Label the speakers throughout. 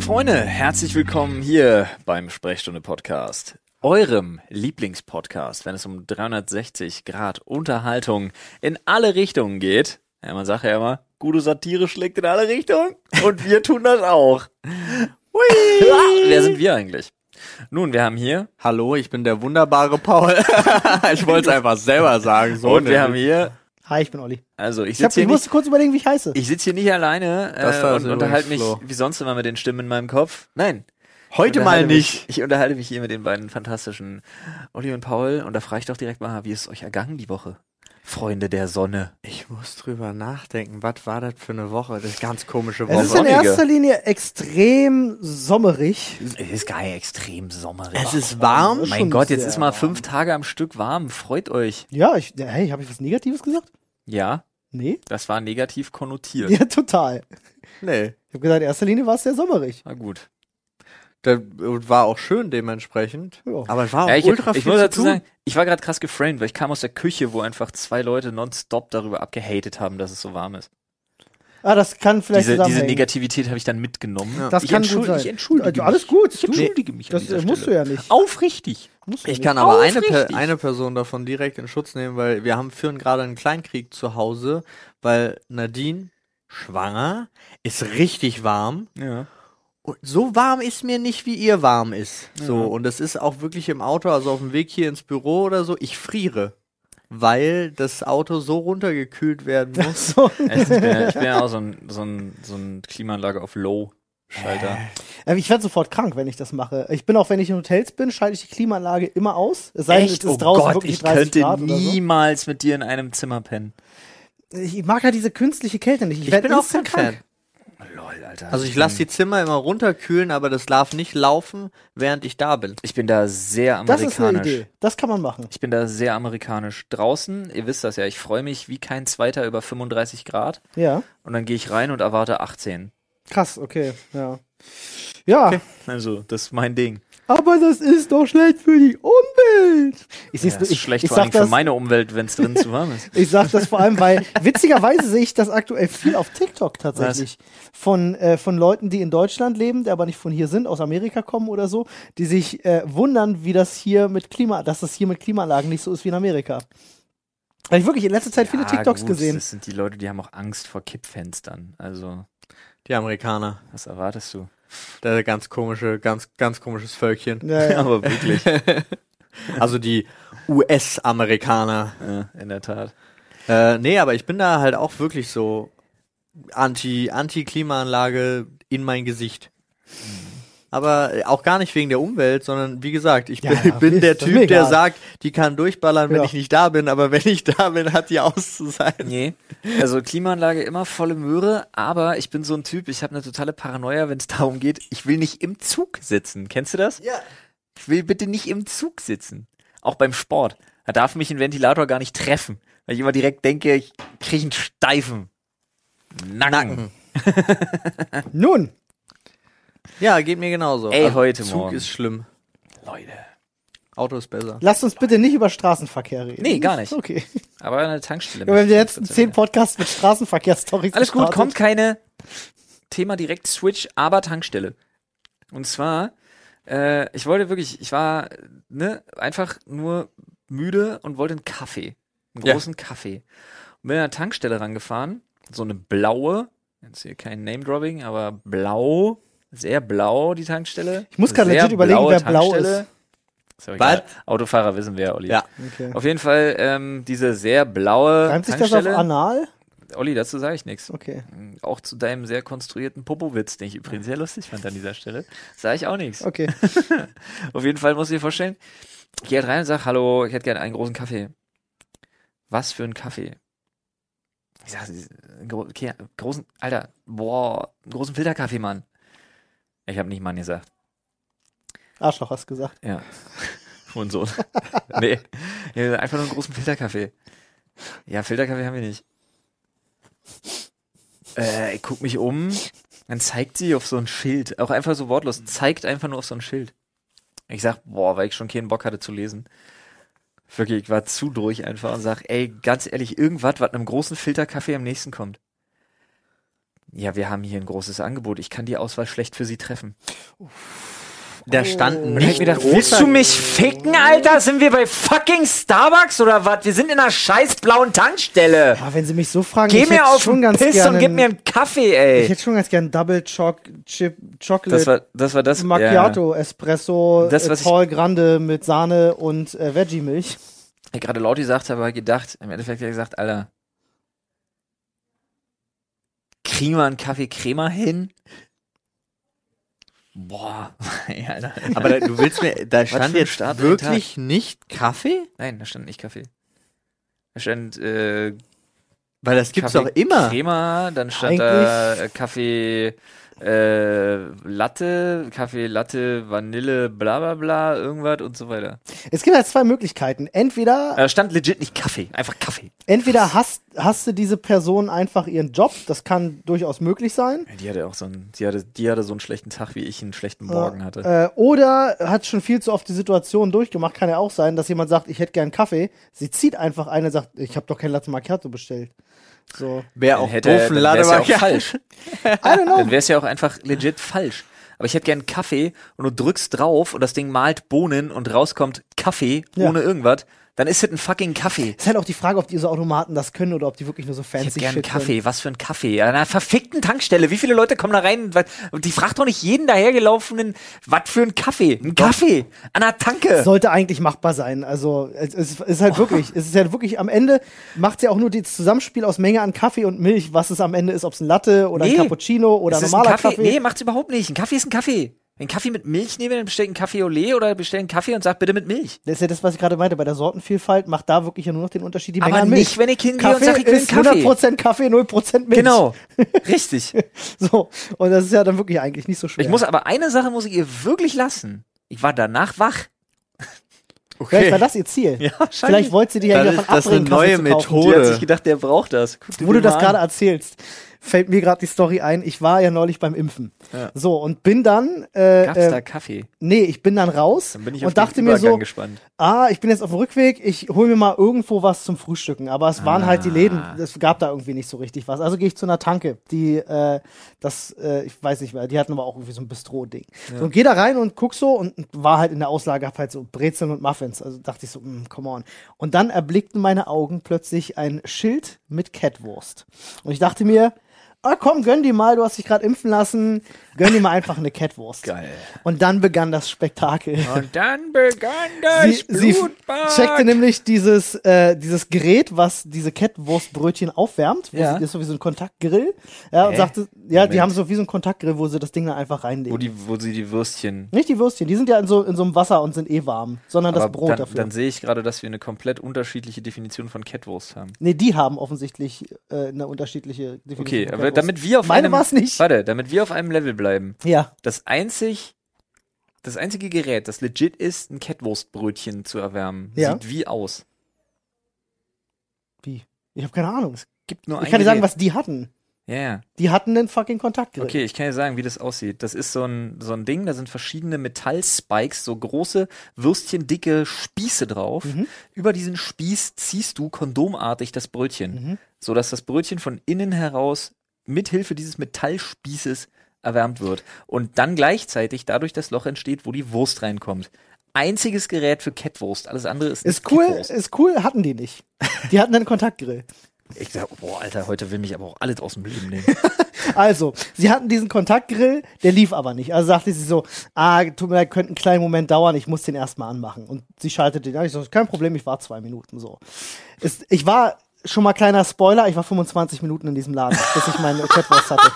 Speaker 1: Freunde, herzlich willkommen hier beim Sprechstunde Podcast, eurem Lieblingspodcast, wenn es um 360 Grad Unterhaltung in alle Richtungen geht. Ja, man sagt ja immer, gute Satire schlägt in alle Richtungen und wir tun das auch. Hui. Ah, Wer sind wir eigentlich? Nun, wir haben hier
Speaker 2: Hallo, ich bin der wunderbare Paul. ich wollte es einfach selber sagen. So
Speaker 1: und wir haben hier,
Speaker 3: Hi, ich bin Olli.
Speaker 1: also ich
Speaker 3: Ich, hab,
Speaker 1: sitze
Speaker 3: ich
Speaker 1: hier nicht,
Speaker 3: musste kurz überlegen, wie ich heiße.
Speaker 1: ich sitze hier nicht alleine
Speaker 2: Das
Speaker 1: äh,
Speaker 2: war's
Speaker 1: und unterhalte mich
Speaker 2: übrigens, Flo.
Speaker 1: wie sonst immer mit den Stimmen in meinem Kopf. Nein,
Speaker 2: heute mal
Speaker 1: unterhalte
Speaker 2: nicht.
Speaker 1: Mich, ich unterhalte mich hier mit den beiden fantastischen Olli und Paul und da frage ich doch direkt mal, wie ist es euch ergangen die Woche? Freunde der Sonne.
Speaker 2: Ich muss drüber nachdenken. Was war das für eine Woche? Das ist ganz komische
Speaker 3: es ist
Speaker 2: Woche.
Speaker 1: Sonne.
Speaker 3: in
Speaker 1: Sonnige.
Speaker 3: erster Linie extrem sommerig.
Speaker 1: Es ist geil, extrem sommerig.
Speaker 2: Es ist warm.
Speaker 1: mein
Speaker 3: schon
Speaker 1: Gott, jetzt
Speaker 3: sehr
Speaker 1: ist mal
Speaker 3: warm.
Speaker 1: fünf Tage am Stück warm. Freut euch.
Speaker 3: Ja, ich, ja, hey, habe ich was Negatives gesagt?
Speaker 1: Ja,
Speaker 3: Nee?
Speaker 1: das war negativ konnotiert.
Speaker 3: Ja, total.
Speaker 2: Nee,
Speaker 3: Ich habe gesagt, in erster Linie war es sehr sommerig.
Speaker 1: Na gut.
Speaker 2: das war auch schön dementsprechend.
Speaker 3: Ja.
Speaker 2: Aber es war auch
Speaker 1: Ja, ich,
Speaker 2: Ah, ultra viel
Speaker 1: ich muss
Speaker 2: zu
Speaker 1: dazu
Speaker 2: tun.
Speaker 1: sagen, ich war gerade krass geframed, weil ich kam aus der Küche, wo einfach zwei Leute nonstop darüber abgehatet haben, dass es so warm ist.
Speaker 3: Ah, das kann vielleicht
Speaker 1: Diese, diese
Speaker 3: zusammenhängen.
Speaker 1: Negativität habe ich dann mitgenommen.
Speaker 2: Ja.
Speaker 3: Das
Speaker 1: ich,
Speaker 3: kann
Speaker 1: entschuld-
Speaker 3: gut sein.
Speaker 1: ich entschuldige
Speaker 3: Also,
Speaker 1: mich.
Speaker 3: alles gut.
Speaker 1: Ich entschuldige mich.
Speaker 3: Das
Speaker 1: an dieser
Speaker 3: äh, musst
Speaker 1: Stelle.
Speaker 3: du ja nicht.
Speaker 1: Aufrichtig.
Speaker 3: Musst du ja
Speaker 2: Ich
Speaker 3: nicht.
Speaker 2: kann aber eine, per,
Speaker 1: Aufrichtig.
Speaker 2: eine Person davon direkt in Schutz nehmen, weil wir haben, führen gerade einen Kleinkrieg zu Hause, weil Nadine schwanger ist richtig warm.
Speaker 1: Ja.
Speaker 2: Und so warm ist mir nicht, wie ihr warm ist. So,
Speaker 1: Ja.
Speaker 2: und das ist auch wirklich im Auto, also auf dem Weg hier ins Büro oder so, ich friere. Weil das Auto so runtergekühlt werden muss.
Speaker 3: So.
Speaker 1: Ich bin, ja- ich bin ja auch so ein, so ein, so ein Klimaanlage auf Low-Schalter.
Speaker 3: Äh, Ich werde sofort krank, wenn ich das mache. Ich bin auch, wenn ich in Hotels bin, schalte ich die Klimaanlage immer aus. Es sei denn, es ist draußen wirklich
Speaker 1: Oh ich
Speaker 3: 30
Speaker 1: könnte
Speaker 3: Grad oder so.
Speaker 1: niemals mit dir in einem Zimmer pennen.
Speaker 3: Ich mag halt diese künstliche Kälte nicht. Ich,
Speaker 2: Ich
Speaker 3: werd
Speaker 2: bin auch kein
Speaker 3: instant
Speaker 2: Fan.
Speaker 1: Oh, Lol, Alter.
Speaker 2: Also ich lasse die Zimmer immer runterkühlen, aber das darf nicht laufen, während ich da bin.
Speaker 1: Ich bin da sehr
Speaker 3: Das ist eine
Speaker 1: amerikanisch.
Speaker 3: Idee. Das kann man machen.
Speaker 1: Ich bin da sehr amerikanisch. Draußen, ihr wisst das ja, ich freue mich wie kein Zweiter über 35 Grad
Speaker 3: Ja.
Speaker 1: und dann gehe ich rein und erwarte 18.
Speaker 3: Krass, okay, ja. Ja,
Speaker 1: Also, das ist mein Ding.
Speaker 3: aber das ist doch schlecht für die Umwelt. Ich,
Speaker 1: Das
Speaker 3: seh's,
Speaker 1: ist
Speaker 3: ich,
Speaker 1: schlecht
Speaker 3: ich
Speaker 1: vor allem
Speaker 3: sag
Speaker 1: für
Speaker 3: das,
Speaker 1: meine Umwelt, wenn es drin zu warm ist.
Speaker 3: ich sag das vor allem, weil witzigerweise sehe ich das aktuell viel auf TikTok tatsächlich. Von, äh, von Leuten, die in Deutschland leben, die aber nicht von hier sind, aus Amerika kommen oder so, die sich äh, wundern, wie das hier mit Klima, dass das hier mit Klimaanlagen nicht so ist wie in Amerika. Habe ich wirklich in letzter Zeit halt viele
Speaker 1: Ja,
Speaker 3: TikToks
Speaker 1: gut,
Speaker 3: gesehen.
Speaker 1: Das sind die Leute, die haben auch Angst vor Kippfenstern. Also,
Speaker 2: Die Amerikaner.
Speaker 1: was erwartest du?
Speaker 2: Das ist ganz komische, ganz, ganz komisches Völkchen.
Speaker 3: Ja, ja.
Speaker 1: Aber wirklich,
Speaker 2: Also die US-Amerikaner.
Speaker 1: ja, in der Tat.
Speaker 2: Äh, nee, aber ich bin da halt auch wirklich so anti, anti-Klimaanlage in mein Gesicht. Aber äh, auch gar nicht wegen der Umwelt, sondern wie gesagt, ich
Speaker 3: Ja,
Speaker 2: bin,
Speaker 3: ja,
Speaker 2: bin
Speaker 3: ist
Speaker 2: der
Speaker 3: doch
Speaker 2: Typ, der
Speaker 3: egal.
Speaker 2: sagt, die kann durchballern, wenn
Speaker 3: Ja.
Speaker 2: ich nicht da bin, aber wenn ich da bin, hat die aus zu sein.
Speaker 1: Nee. Also Klimaanlage immer volle Möhre, aber ich bin so ein Typ, ich habe eine totale Paranoia, wenn es darum geht, ich will nicht im Zug sitzen. Kennst du das?
Speaker 2: Ja.
Speaker 1: Ich will bitte nicht im Zug sitzen. Auch beim Sport. Da darf mich ein Ventilator gar nicht treffen, weil ich immer direkt denke, ich kriege einen steifen Nacken.
Speaker 2: Nacken.
Speaker 3: Nun,
Speaker 2: Ja, geht mir genauso. Also,
Speaker 1: Ey, heute
Speaker 2: Zug
Speaker 1: Morgen.
Speaker 2: ist schlimm.
Speaker 1: Leute.
Speaker 2: Auto ist besser.
Speaker 3: lasst uns bitte nicht über Straßenverkehr reden.
Speaker 1: Nee, gar nicht.
Speaker 3: Okay.
Speaker 1: Aber an der Tankstelle.
Speaker 3: Ja, wir haben die
Speaker 1: möchte
Speaker 3: letzten
Speaker 1: ich kurz
Speaker 3: zehn Podcasts mit Straßenverkehrsstories
Speaker 1: Alles gut,
Speaker 3: gestartet.
Speaker 1: kommt keine Thema direkt Switch, aber Tankstelle. Und zwar, äh, ich wollte wirklich, ich war ne, einfach nur müde und wollte einen Kaffee. Einen
Speaker 2: Ja.
Speaker 1: großen Kaffee. Und bin an der Tankstelle rangefahren, so eine blaue, jetzt hier kein Name-Dropping, aber blau, sehr blau die Tankstelle.
Speaker 3: Ich muss gerade
Speaker 1: Sehr
Speaker 3: legit überlegen,
Speaker 1: blaue
Speaker 3: wer blau
Speaker 1: Tankstelle.
Speaker 3: ist.
Speaker 1: Ist aber egal.
Speaker 2: Was?
Speaker 1: Autofahrer wissen wir, Olli.
Speaker 2: Ja.
Speaker 3: Okay.
Speaker 1: Auf jeden Fall ähm, diese sehr blaue
Speaker 3: Reimt sich das auf
Speaker 1: Tankstelle.
Speaker 3: Anal?
Speaker 1: Olli, dazu sage ich nichts.
Speaker 3: Okay.
Speaker 1: Auch zu deinem sehr konstruierten Popowitz, den ich übrigens sehr lustig fand an dieser Stelle, sah ich auch nichts.
Speaker 3: Okay.
Speaker 1: Auf jeden Fall muss ich dir vorstellen, ich geh halt rein und sag, hallo, ich hätte gerne einen großen Kaffee. Was für ein Kaffee? Ich sag, "Sie- gro okay, großen, Alter, boah, einen großen Filterkaffee, Mann. Ich habe nicht Mann gesagt.
Speaker 3: Arschloch hast gesagt.
Speaker 1: Ja. Und so. nee. Ja, Einfach nur einen großen Filterkaffee. Ja, Filterkaffee haben wir nicht. Äh, ich guck mich um. Dann zeigt sie auf so ein Schild. Auch einfach so wortlos. Zeigt einfach nur auf so ein Schild. Ich sag, boah, weil ich schon keinen Bock hatte zu lesen. Wirklich, ich war zu durch einfach und sag, ey, ganz ehrlich, irgendwas, was einem großen Filterkaffee am nächsten kommt. Ja, wir haben hier ein großes Angebot. Ich kann die Auswahl schlecht für Sie treffen.
Speaker 2: Da standen
Speaker 4: Und ich
Speaker 2: nicht
Speaker 4: mir gedacht,
Speaker 2: groß-
Speaker 4: willst du mich ficken, Alter? Sind wir bei fucking Starbucks oder was? Wir sind in einer scheiß blauen Tankstelle.
Speaker 3: Ja, wenn Sie mich so fragen,
Speaker 4: Geh
Speaker 3: ich
Speaker 4: mir
Speaker 3: hätte
Speaker 4: auf
Speaker 3: schon
Speaker 4: den
Speaker 3: ganz
Speaker 4: Piss
Speaker 3: gerne,
Speaker 4: und gib mir einen Kaffee, ey.
Speaker 3: ich hätte schon ganz gern Double Choc Chip Chocolate
Speaker 1: Das war das, war das Ja.
Speaker 3: Macchiato Espresso
Speaker 1: Das,
Speaker 3: äh,
Speaker 1: was ich-
Speaker 3: Tall Grande mit Sahne und äh, Veggie Milch.
Speaker 1: Ich gerade laut gesagt habe, habe ich gedacht, im Endeffekt habe ich gesagt, Alter, kriegen wir einen Kaffee Crema hin? Boah, ey, Alter.
Speaker 2: Aber da, du willst mir, da
Speaker 1: für ein
Speaker 2: stand jetzt
Speaker 1: Start in den
Speaker 2: wirklich nicht Kaffee?
Speaker 1: Nein, da stand nicht Kaffee. Da stand äh,
Speaker 2: Weil das gibt's doch
Speaker 1: Kaffee
Speaker 2: immer.
Speaker 1: Crema, dann stand da äh, Kaffee äh, Latte, Kaffee Latte, Vanille, bla bla bla, irgendwas und so weiter.
Speaker 3: Es gibt halt zwei Möglichkeiten. Entweder
Speaker 1: Da stand legit nicht Kaffee, einfach Kaffee.
Speaker 3: entweder hasst, hasste diese Person einfach ihren Job, das kann durchaus möglich sein.
Speaker 1: Die hatte auch so einen, die hatte, die hatte so einen schlechten Tag, wie ich einen schlechten Morgen hatte.
Speaker 3: Äh, oder hat schon viel zu oft die Situation durchgemacht, kann ja auch sein, dass jemand sagt, ich hätte gern Kaffee. Sie zieht einfach eine und sagt, ich habe doch kein Latte Macchiato bestellt. So.
Speaker 2: Wäre
Speaker 1: Dann
Speaker 2: auch
Speaker 1: hätte-
Speaker 2: doof, ein
Speaker 1: dann wär's ja auch
Speaker 2: Lademarker.
Speaker 1: falsch.
Speaker 3: I don't know.
Speaker 1: Dann wäre es ja auch einfach legit falsch. Aber ich hätte gern Kaffee und du drückst drauf und das Ding malt Bohnen und rauskommt Kaffee
Speaker 3: Ja.
Speaker 1: ohne irgendwas, dann ist es ein fucking Kaffee.
Speaker 3: Ist halt auch die Frage, ob diese Automaten das können oder ob die wirklich nur so fancy
Speaker 1: Ich hätte gern einen
Speaker 3: Shit
Speaker 1: Kaffee. Was für ein Kaffee? An einer verfickten Tankstelle. Wie viele Leute kommen da rein? Was- Die fragt doch nicht jeden dahergelaufenen, was für ein Kaffee? Ein Kaffee. An der Tanke.
Speaker 3: können. Sollte eigentlich machbar sein. Also es, es ist halt wirklich, es ist halt wirklich am Ende macht ja auch nur das Zusammenspiel aus Menge an Kaffee und Milch, was es am Ende ist, ob es ein Latte oder
Speaker 1: Nee.
Speaker 3: ein Cappuccino oder
Speaker 1: Ist es
Speaker 3: normaler
Speaker 1: ein Kaffee?
Speaker 3: Kaffee.
Speaker 1: Nee, macht's überhaupt nicht. Ein Kaffee ist ein Kaffee. Wenn ich einen Kaffee mit Milch nehme, dann bestell ich einen Kaffee Olé oder bestell einen Kaffee und sag bitte mit Milch.
Speaker 3: Das ist ja das, was ich gerade meinte. Bei der Sortenvielfalt macht da wirklich ja nur noch den Unterschied die Menge
Speaker 1: Aber
Speaker 3: an Milch.
Speaker 1: nicht, wenn ich hingehe und
Speaker 3: Kaffee
Speaker 1: sag, ich will einen
Speaker 3: ist
Speaker 1: Kaffee.
Speaker 3: 100% Kaffee, 0% Milch.
Speaker 1: Genau. Richtig.
Speaker 3: So, und das ist ja dann wirklich eigentlich nicht so schwer.
Speaker 1: Ich muss aber eine Sache muss ich ihr wirklich lassen. Ich war danach wach.
Speaker 3: Vielleicht
Speaker 2: Okay.
Speaker 3: war das ihr Ziel.
Speaker 1: Vielleicht
Speaker 3: Vielleicht wollte sie dich ja
Speaker 2: Das
Speaker 3: davon
Speaker 2: ist- das ist eine
Speaker 3: abbringen, Kaffee
Speaker 2: neue
Speaker 3: zu kaufen.
Speaker 1: Die hat sich
Speaker 2: Methode.
Speaker 1: gedacht, der braucht das. Guck dir
Speaker 3: Wo du
Speaker 1: den
Speaker 3: das
Speaker 1: mal
Speaker 3: gerade
Speaker 1: an.
Speaker 3: erzählst, fällt mir gerade die Story ein. Ich war ja neulich beim Impfen.
Speaker 1: Ja.
Speaker 3: So, und bin dann, äh,
Speaker 1: Gab's da
Speaker 3: äh,
Speaker 1: Kaffee?
Speaker 3: nee, ich bin dann raus
Speaker 1: Dann bin ich auf
Speaker 3: und dachte
Speaker 1: den
Speaker 3: mir
Speaker 1: Übergang
Speaker 3: so,
Speaker 1: gespannt.
Speaker 3: ah, ich bin jetzt auf dem Rückweg, ich hole mir mal irgendwo was zum Frühstücken. Aber es waren halt die Läden, es gab da irgendwie nicht so richtig was. Also gehe ich zu einer Tanke, die, äh, das, äh, ich weiß nicht mehr, die hatten aber auch irgendwie so ein Bistro-Ding. So, und gehe da rein und guck so und war halt in der Auslage, hab halt so Brezeln und Muffins. Also dachte ich so, mm, come on. Und dann erblickten meine Augen plötzlich ein Schild mit Catwurst. Und ich dachte mir, Ah, komm, gönn die mal, du hast dich gerade impfen lassen. Gönn dir mal einfach eine Catwurst.
Speaker 1: Geil. Ah.
Speaker 3: Und dann begann das Spektakel
Speaker 1: Und dann begann
Speaker 3: sie, sie checkte nämlich dieses, äh, dieses Gerät, was diese Kettwurstbrötchen aufwärmt. Wo
Speaker 1: Ja.
Speaker 3: sie, das ist so wie so ein Kontaktgrill. Ja, und
Speaker 1: Hä?
Speaker 3: sagte, ja, die
Speaker 1: Moment.
Speaker 3: haben so wie so ein Kontaktgrill, wo sie das Ding dann einfach reinlegen.
Speaker 1: wo, die, wo sie die Würstchen.
Speaker 3: Nicht die Würstchen, die sind ja in so, in so einem Wasser und sind eh warm, sondern das
Speaker 1: Aber
Speaker 3: Brot
Speaker 1: dann,
Speaker 3: dafür.
Speaker 1: dann sehe ich gerade, dass wir eine komplett unterschiedliche Definition von Catwurst haben.
Speaker 3: nee, die haben offensichtlich äh, eine unterschiedliche Definition.
Speaker 1: Okay,
Speaker 3: von
Speaker 1: aber
Speaker 3: Catwurst.
Speaker 1: damit wir auf
Speaker 3: Meine
Speaker 1: einem
Speaker 3: war's nicht.
Speaker 1: Warte, damit wir auf einem Level bleiben.
Speaker 3: Ja,
Speaker 1: Das einzig das einzige Gerät, das legit ist, ein Catwurstbrötchen zu erwärmen,
Speaker 3: Ja.
Speaker 1: sieht wie aus.
Speaker 3: wie? Ich habe keine Ahnung. Es-
Speaker 1: Gibt nur ein
Speaker 3: Ich kann dir sagen,
Speaker 1: Gerät.
Speaker 3: was die hatten.
Speaker 1: Ja, ja.
Speaker 3: Die hatten einen fucking Kontaktgrill.
Speaker 1: Okay, ich kann dir sagen, wie das aussieht. Das ist so ein, so ein Ding, da sind verschiedene Metallspikes, so große, würstchendicke Spieße drauf.
Speaker 3: Mhm.
Speaker 1: Über diesen Spieß ziehst du kondomartig das Brötchen,
Speaker 3: Mhm.
Speaker 1: sodass das Brötchen von innen heraus mithilfe dieses Metallspießes erwärmt wird. Und dann gleichzeitig dadurch das Loch entsteht, wo die Wurst reinkommt. Einziges Gerät für Catwurst. Alles andere ist,
Speaker 3: Ist
Speaker 1: nicht
Speaker 3: cool,
Speaker 1: Catwurst.
Speaker 3: ist cool, hatten die nicht. Die hatten einen Kontaktgrill.
Speaker 1: Ich sag, boah, Alter, heute will mich aber auch alles aus dem Leben nehmen.
Speaker 3: Also, sie hatten diesen Kontaktgrill, der lief aber nicht. Also sagte sie so, ah, tut mir leid, könnte einen kleinen Moment dauern, ich muss den erstmal anmachen. Und sie schaltete den an. Ich so, kein Problem, ich war zwei Minuten so. Es, ich war, schon mal kleiner Spoiler, ich war 25 Minuten in diesem Laden, bis ich meine Chatwurst hatte.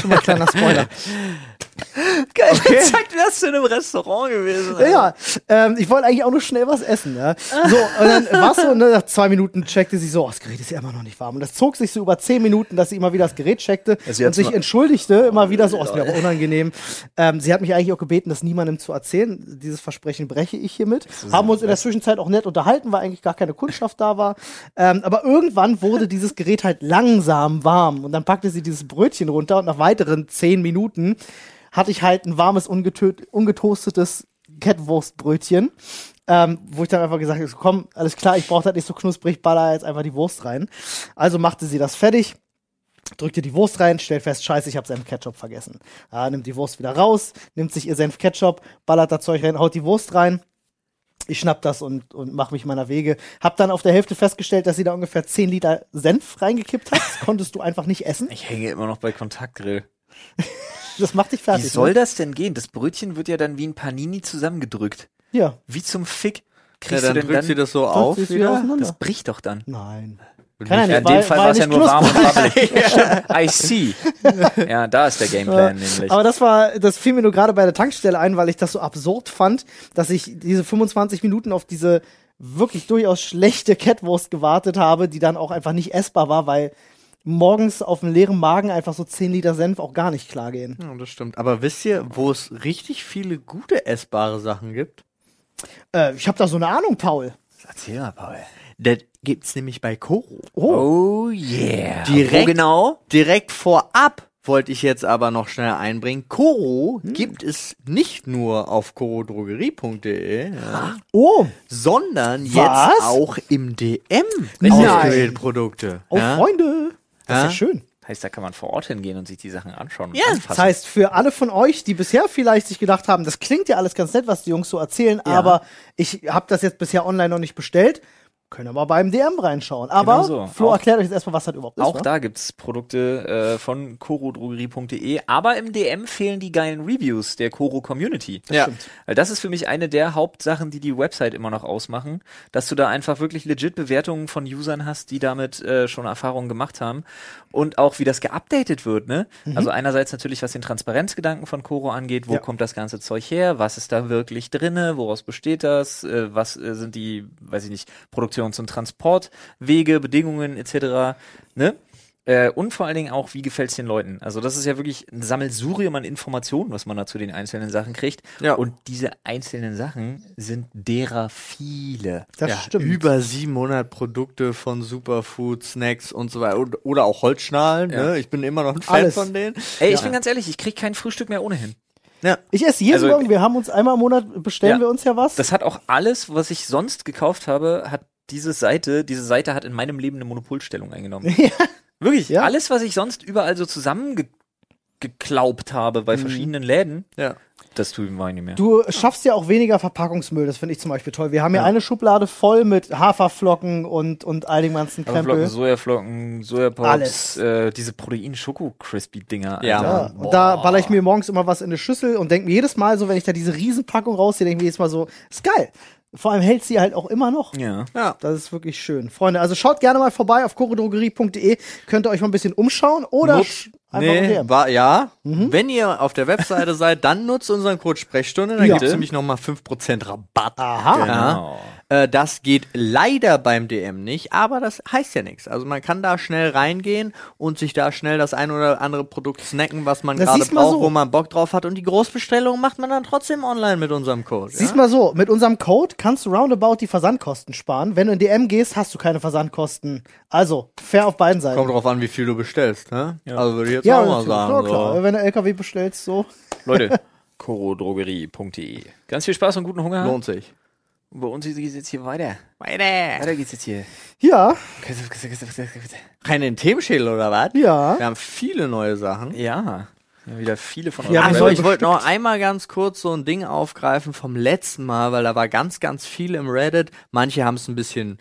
Speaker 3: schon mal kleiner Spoiler.
Speaker 1: Geil, okay. zeigt mir das zu einem Restaurant gewesen.
Speaker 3: Ja, ja. Ähm, ich wollte eigentlich auch nur schnell was essen. Ja. So, und dann war so, ne, nach zwei Minuten checkte sie so, oh, das Gerät ist ja immer noch nicht warm. Und das zog sich so über zehn Minuten, dass sie immer wieder das Gerät checkte
Speaker 1: Also sie
Speaker 3: und
Speaker 1: hat's
Speaker 3: sich
Speaker 1: mal-
Speaker 3: entschuldigte, immer wieder so, oh, ist mir aber unangenehm. Ähm, sie hat mich eigentlich auch gebeten, das niemandem zu erzählen. Dieses Versprechen breche ich hiermit. Haben uns in der Zwischenzeit auch nett unterhalten, weil eigentlich gar keine Kundschaft da war. Ähm, aber irgendwann wurde dieses Gerät halt langsam warm. Und dann packte sie dieses Brötchen runter und nach weiteren zehn Minuten hatte ich halt ein warmes, ungetö- ungetoastetes Kettwurstbrötchen, ähm, wo ich dann einfach gesagt habe, so, komm, alles klar, ich brauche das nicht so knusprig, baller jetzt einfach die Wurst rein. Also machte sie das fertig drückt ihr die Wurst rein, stellt fest, scheiße, ich habe Senf-Ketchup vergessen. Ja, nimmt die Wurst wieder raus, nimmt sich ihr Senf-Ketchup, ballert da Zeug rein, haut die Wurst rein. Ich schnapp das und, und mach mich meiner Wege. Hab dann auf der Hälfte festgestellt, dass sie da ungefähr 10 Liter Senf reingekippt hat. Das konntest du einfach nicht essen.
Speaker 1: Ich hänge immer noch bei Kontaktgrill.
Speaker 3: Das macht dich
Speaker 1: Wie
Speaker 3: fertig.
Speaker 1: soll
Speaker 3: ne?
Speaker 1: das denn gehen? Das Brötchen wird ja dann wie ein Panini zusammengedrückt.
Speaker 3: Ja.
Speaker 1: Wie zum Fick
Speaker 2: Ja,
Speaker 1: kriegst
Speaker 2: dann
Speaker 1: du denn
Speaker 2: drückt
Speaker 1: dann...
Speaker 2: sie das so
Speaker 3: Drückt
Speaker 2: auf
Speaker 3: sie es
Speaker 2: wieder.
Speaker 3: wieder auseinander.
Speaker 1: das bricht doch dann.
Speaker 3: Nein.
Speaker 2: nicht-
Speaker 3: Kann
Speaker 1: Ja,
Speaker 3: ja
Speaker 1: in
Speaker 3: nicht, weil,
Speaker 1: dem Fall
Speaker 3: weil
Speaker 1: war es ja
Speaker 3: nicht
Speaker 1: nur warm und
Speaker 3: knusprig.
Speaker 1: wabbelig. I see. Ja, da ist der Gameplan nämlich.
Speaker 3: Äh, Aber das war, das fiel mir nur gerade bei der Tankstelle ein, weil ich das so absurd fand, dass ich diese 25 Minuten auf diese wirklich durchaus schlechte Catwurst gewartet habe, die dann auch einfach nicht essbar war, weil morgens auf einem leeren Magen einfach so 10 Liter Senf auch gar nicht klar gehen.
Speaker 2: Ja, das stimmt. Aber wisst ihr, wo es richtig viele gute essbare Sachen gibt?
Speaker 3: Äh, ich habe da so eine Ahnung, Paul.
Speaker 1: Erzähl mal, Paul.
Speaker 2: Das gibt's nämlich bei Koro.
Speaker 1: Oh yeah.
Speaker 2: Direkt,
Speaker 1: Wo genau?
Speaker 2: direkt vorab wollte ich jetzt aber noch schnell einbringen. Koro gibt es nicht nur auf korodrogerie.de, ja,
Speaker 3: Oh,
Speaker 2: sondern
Speaker 3: Was?
Speaker 2: jetzt auch im DM
Speaker 3: Nein.
Speaker 2: ausgewählt Produkte.
Speaker 3: auf
Speaker 2: ja?
Speaker 3: Oh, Freunde. Das ist
Speaker 2: Ja?
Speaker 3: ja schön.
Speaker 1: Heißt, da kann man vor Ort hingehen und sich die Sachen anschauen. und
Speaker 2: Ja,
Speaker 1: anfassen.
Speaker 3: Das heißt, für alle von euch, die bisher vielleicht sich gedacht haben, das klingt ja alles ganz nett, was die Jungs so erzählen, aber ich habe das jetzt bisher online noch nicht bestellt, können aber beim DM reinschauen. Aber
Speaker 1: Genau so.
Speaker 3: Flo
Speaker 1: Auch-
Speaker 3: erklärt euch jetzt erstmal, was das überhaupt
Speaker 1: Auch
Speaker 3: ist. wa?
Speaker 1: da gibt's Produkte äh, von korodrogerie.de, aber im DM fehlen die geilen Reviews der Koro Community.
Speaker 2: Das Ja. stimmt.
Speaker 1: Weil Das ist für mich eine der Hauptsachen, die die Website immer noch ausmachen, dass du da einfach wirklich legit Bewertungen von Usern hast, die damit äh, schon Erfahrungen gemacht haben und auch wie das geupdatet wird, ne? Also einerseits natürlich, was den Transparenzgedanken von Koro angeht, wo
Speaker 3: Ja.
Speaker 1: kommt das ganze Zeug her, was ist da wirklich drinne, woraus besteht das, äh, was äh, sind die, weiß ich nicht, Produktions- und Transportwege, Bedingungen etc., ne? Äh, und vor allen Dingen auch, wie gefällt's den Leuten? Also das ist ja wirklich ein Sammelsurium an Informationen, was man da zu den einzelnen Sachen kriegt.
Speaker 2: Ja.
Speaker 1: Und diese einzelnen Sachen sind derer viele.
Speaker 3: Das
Speaker 2: ja,
Speaker 3: stimmt.
Speaker 2: Über 700 Produkte von Superfood, Snacks und so weiter. Und- Oder auch Holzschnallen,
Speaker 1: Ja.
Speaker 2: ne? Ich bin immer noch ein Fan
Speaker 3: Alles.
Speaker 2: von denen.
Speaker 1: Ey, ich
Speaker 2: Ja.
Speaker 1: bin ganz ehrlich, ich krieg kein Frühstück mehr ohnehin.
Speaker 2: Ja.
Speaker 3: ich esse jeden
Speaker 1: Also-
Speaker 3: Morgen, wir haben uns einmal im Monat, bestellen
Speaker 1: Ja.
Speaker 3: wir uns ja was.
Speaker 1: Das hat auch alles, was ich sonst gekauft habe, hat diese Seite, diese Seite hat in meinem Leben eine Monopolstellung eingenommen.
Speaker 3: Ja.
Speaker 1: Wirklich,
Speaker 3: Ja.
Speaker 1: alles, was ich sonst überall so zusammengeklaubt habe bei verschiedenen Läden,
Speaker 2: Ja.
Speaker 1: das tue ich mir nicht mehr.
Speaker 3: Du schaffst ja auch weniger Verpackungsmüll, das finde ich zum Beispiel toll. Wir haben ja, eine Schublade voll mit Haferflocken und, und all dem ganzen
Speaker 1: Haferflocken,
Speaker 3: Krempel.
Speaker 1: Sojaflocken,
Speaker 3: Alles.
Speaker 1: Sojapops, äh, diese Protein-Schoko-Crispy-Dinger.
Speaker 2: Ja.
Speaker 3: Ja,
Speaker 1: Alter.
Speaker 3: Ah, und da baller ich mir morgens immer was in eine Schüssel und denke mir jedes Mal so, wenn ich da diese Riesenpackung rausziehe, denke ich mir jedes Mal so, ist geil. Vor allem hält sie halt auch immer noch.
Speaker 1: Ja.
Speaker 2: Ja.
Speaker 3: Das ist wirklich schön. Freunde, also schaut gerne mal vorbei auf choredrogerie.de. Könnt ihr euch mal ein bisschen umschauen oder sch- einfach Mhm. auf
Speaker 2: Nee,
Speaker 3: DM.
Speaker 2: war, ja. Wenn ihr auf der Webseite seid, dann nutzt unseren Code Sprechstunde, dann
Speaker 3: Ja. Ah,
Speaker 2: gibt's nämlich nochmal 5% Rabatt.
Speaker 3: Aha.
Speaker 2: Ja.
Speaker 1: Genau.
Speaker 2: Äh, das geht leider beim DM nicht, aber das heißt ja nichts. Also man kann da schnell reingehen und sich da schnell das ein oder andere Produkt snacken, was man
Speaker 3: Das
Speaker 2: gerade
Speaker 3: siehst mal
Speaker 2: braucht,
Speaker 3: so.
Speaker 2: wo man Bock drauf hat. Und die Großbestellung macht man dann trotzdem online mit unserem Code.
Speaker 3: Siehst
Speaker 2: ja?
Speaker 3: mal so, mit unserem Code kannst du roundabout die Versandkosten sparen. Wenn du in DM gehst, hast du keine Versandkosten. Also, fair auf beiden Seiten.
Speaker 2: Kommt drauf an, wie viel du bestellst. Ne? Also würde ich jetzt
Speaker 3: ja,
Speaker 2: auch mal
Speaker 3: natürlich. Na
Speaker 2: sagen.
Speaker 3: klar.
Speaker 2: So.
Speaker 3: Wenn du LKW bestellst, so.
Speaker 1: Leute, korodrogerie.de. Ganz viel Spaß und guten Hunger.
Speaker 2: Lohnt sich.
Speaker 1: Und Bei uns geht's jetzt hier weiter.
Speaker 2: Weiter.
Speaker 1: Weiter geht's jetzt hier.
Speaker 3: Ja,
Speaker 2: Rein in den Themenschädel oder was?
Speaker 3: ja.
Speaker 2: Wir haben viele neue Sachen.
Speaker 1: Ja. Ja, wieder viele von
Speaker 3: Ja,
Speaker 1: euren
Speaker 3: wir
Speaker 2: Also
Speaker 3: soll
Speaker 1: Rebels.
Speaker 2: ich wollte noch einmal ganz kurz so ein Ding aufgreifen vom letzten Mal, weil da war ganz, ganz viel im Reddit. Manche haben es ein bisschen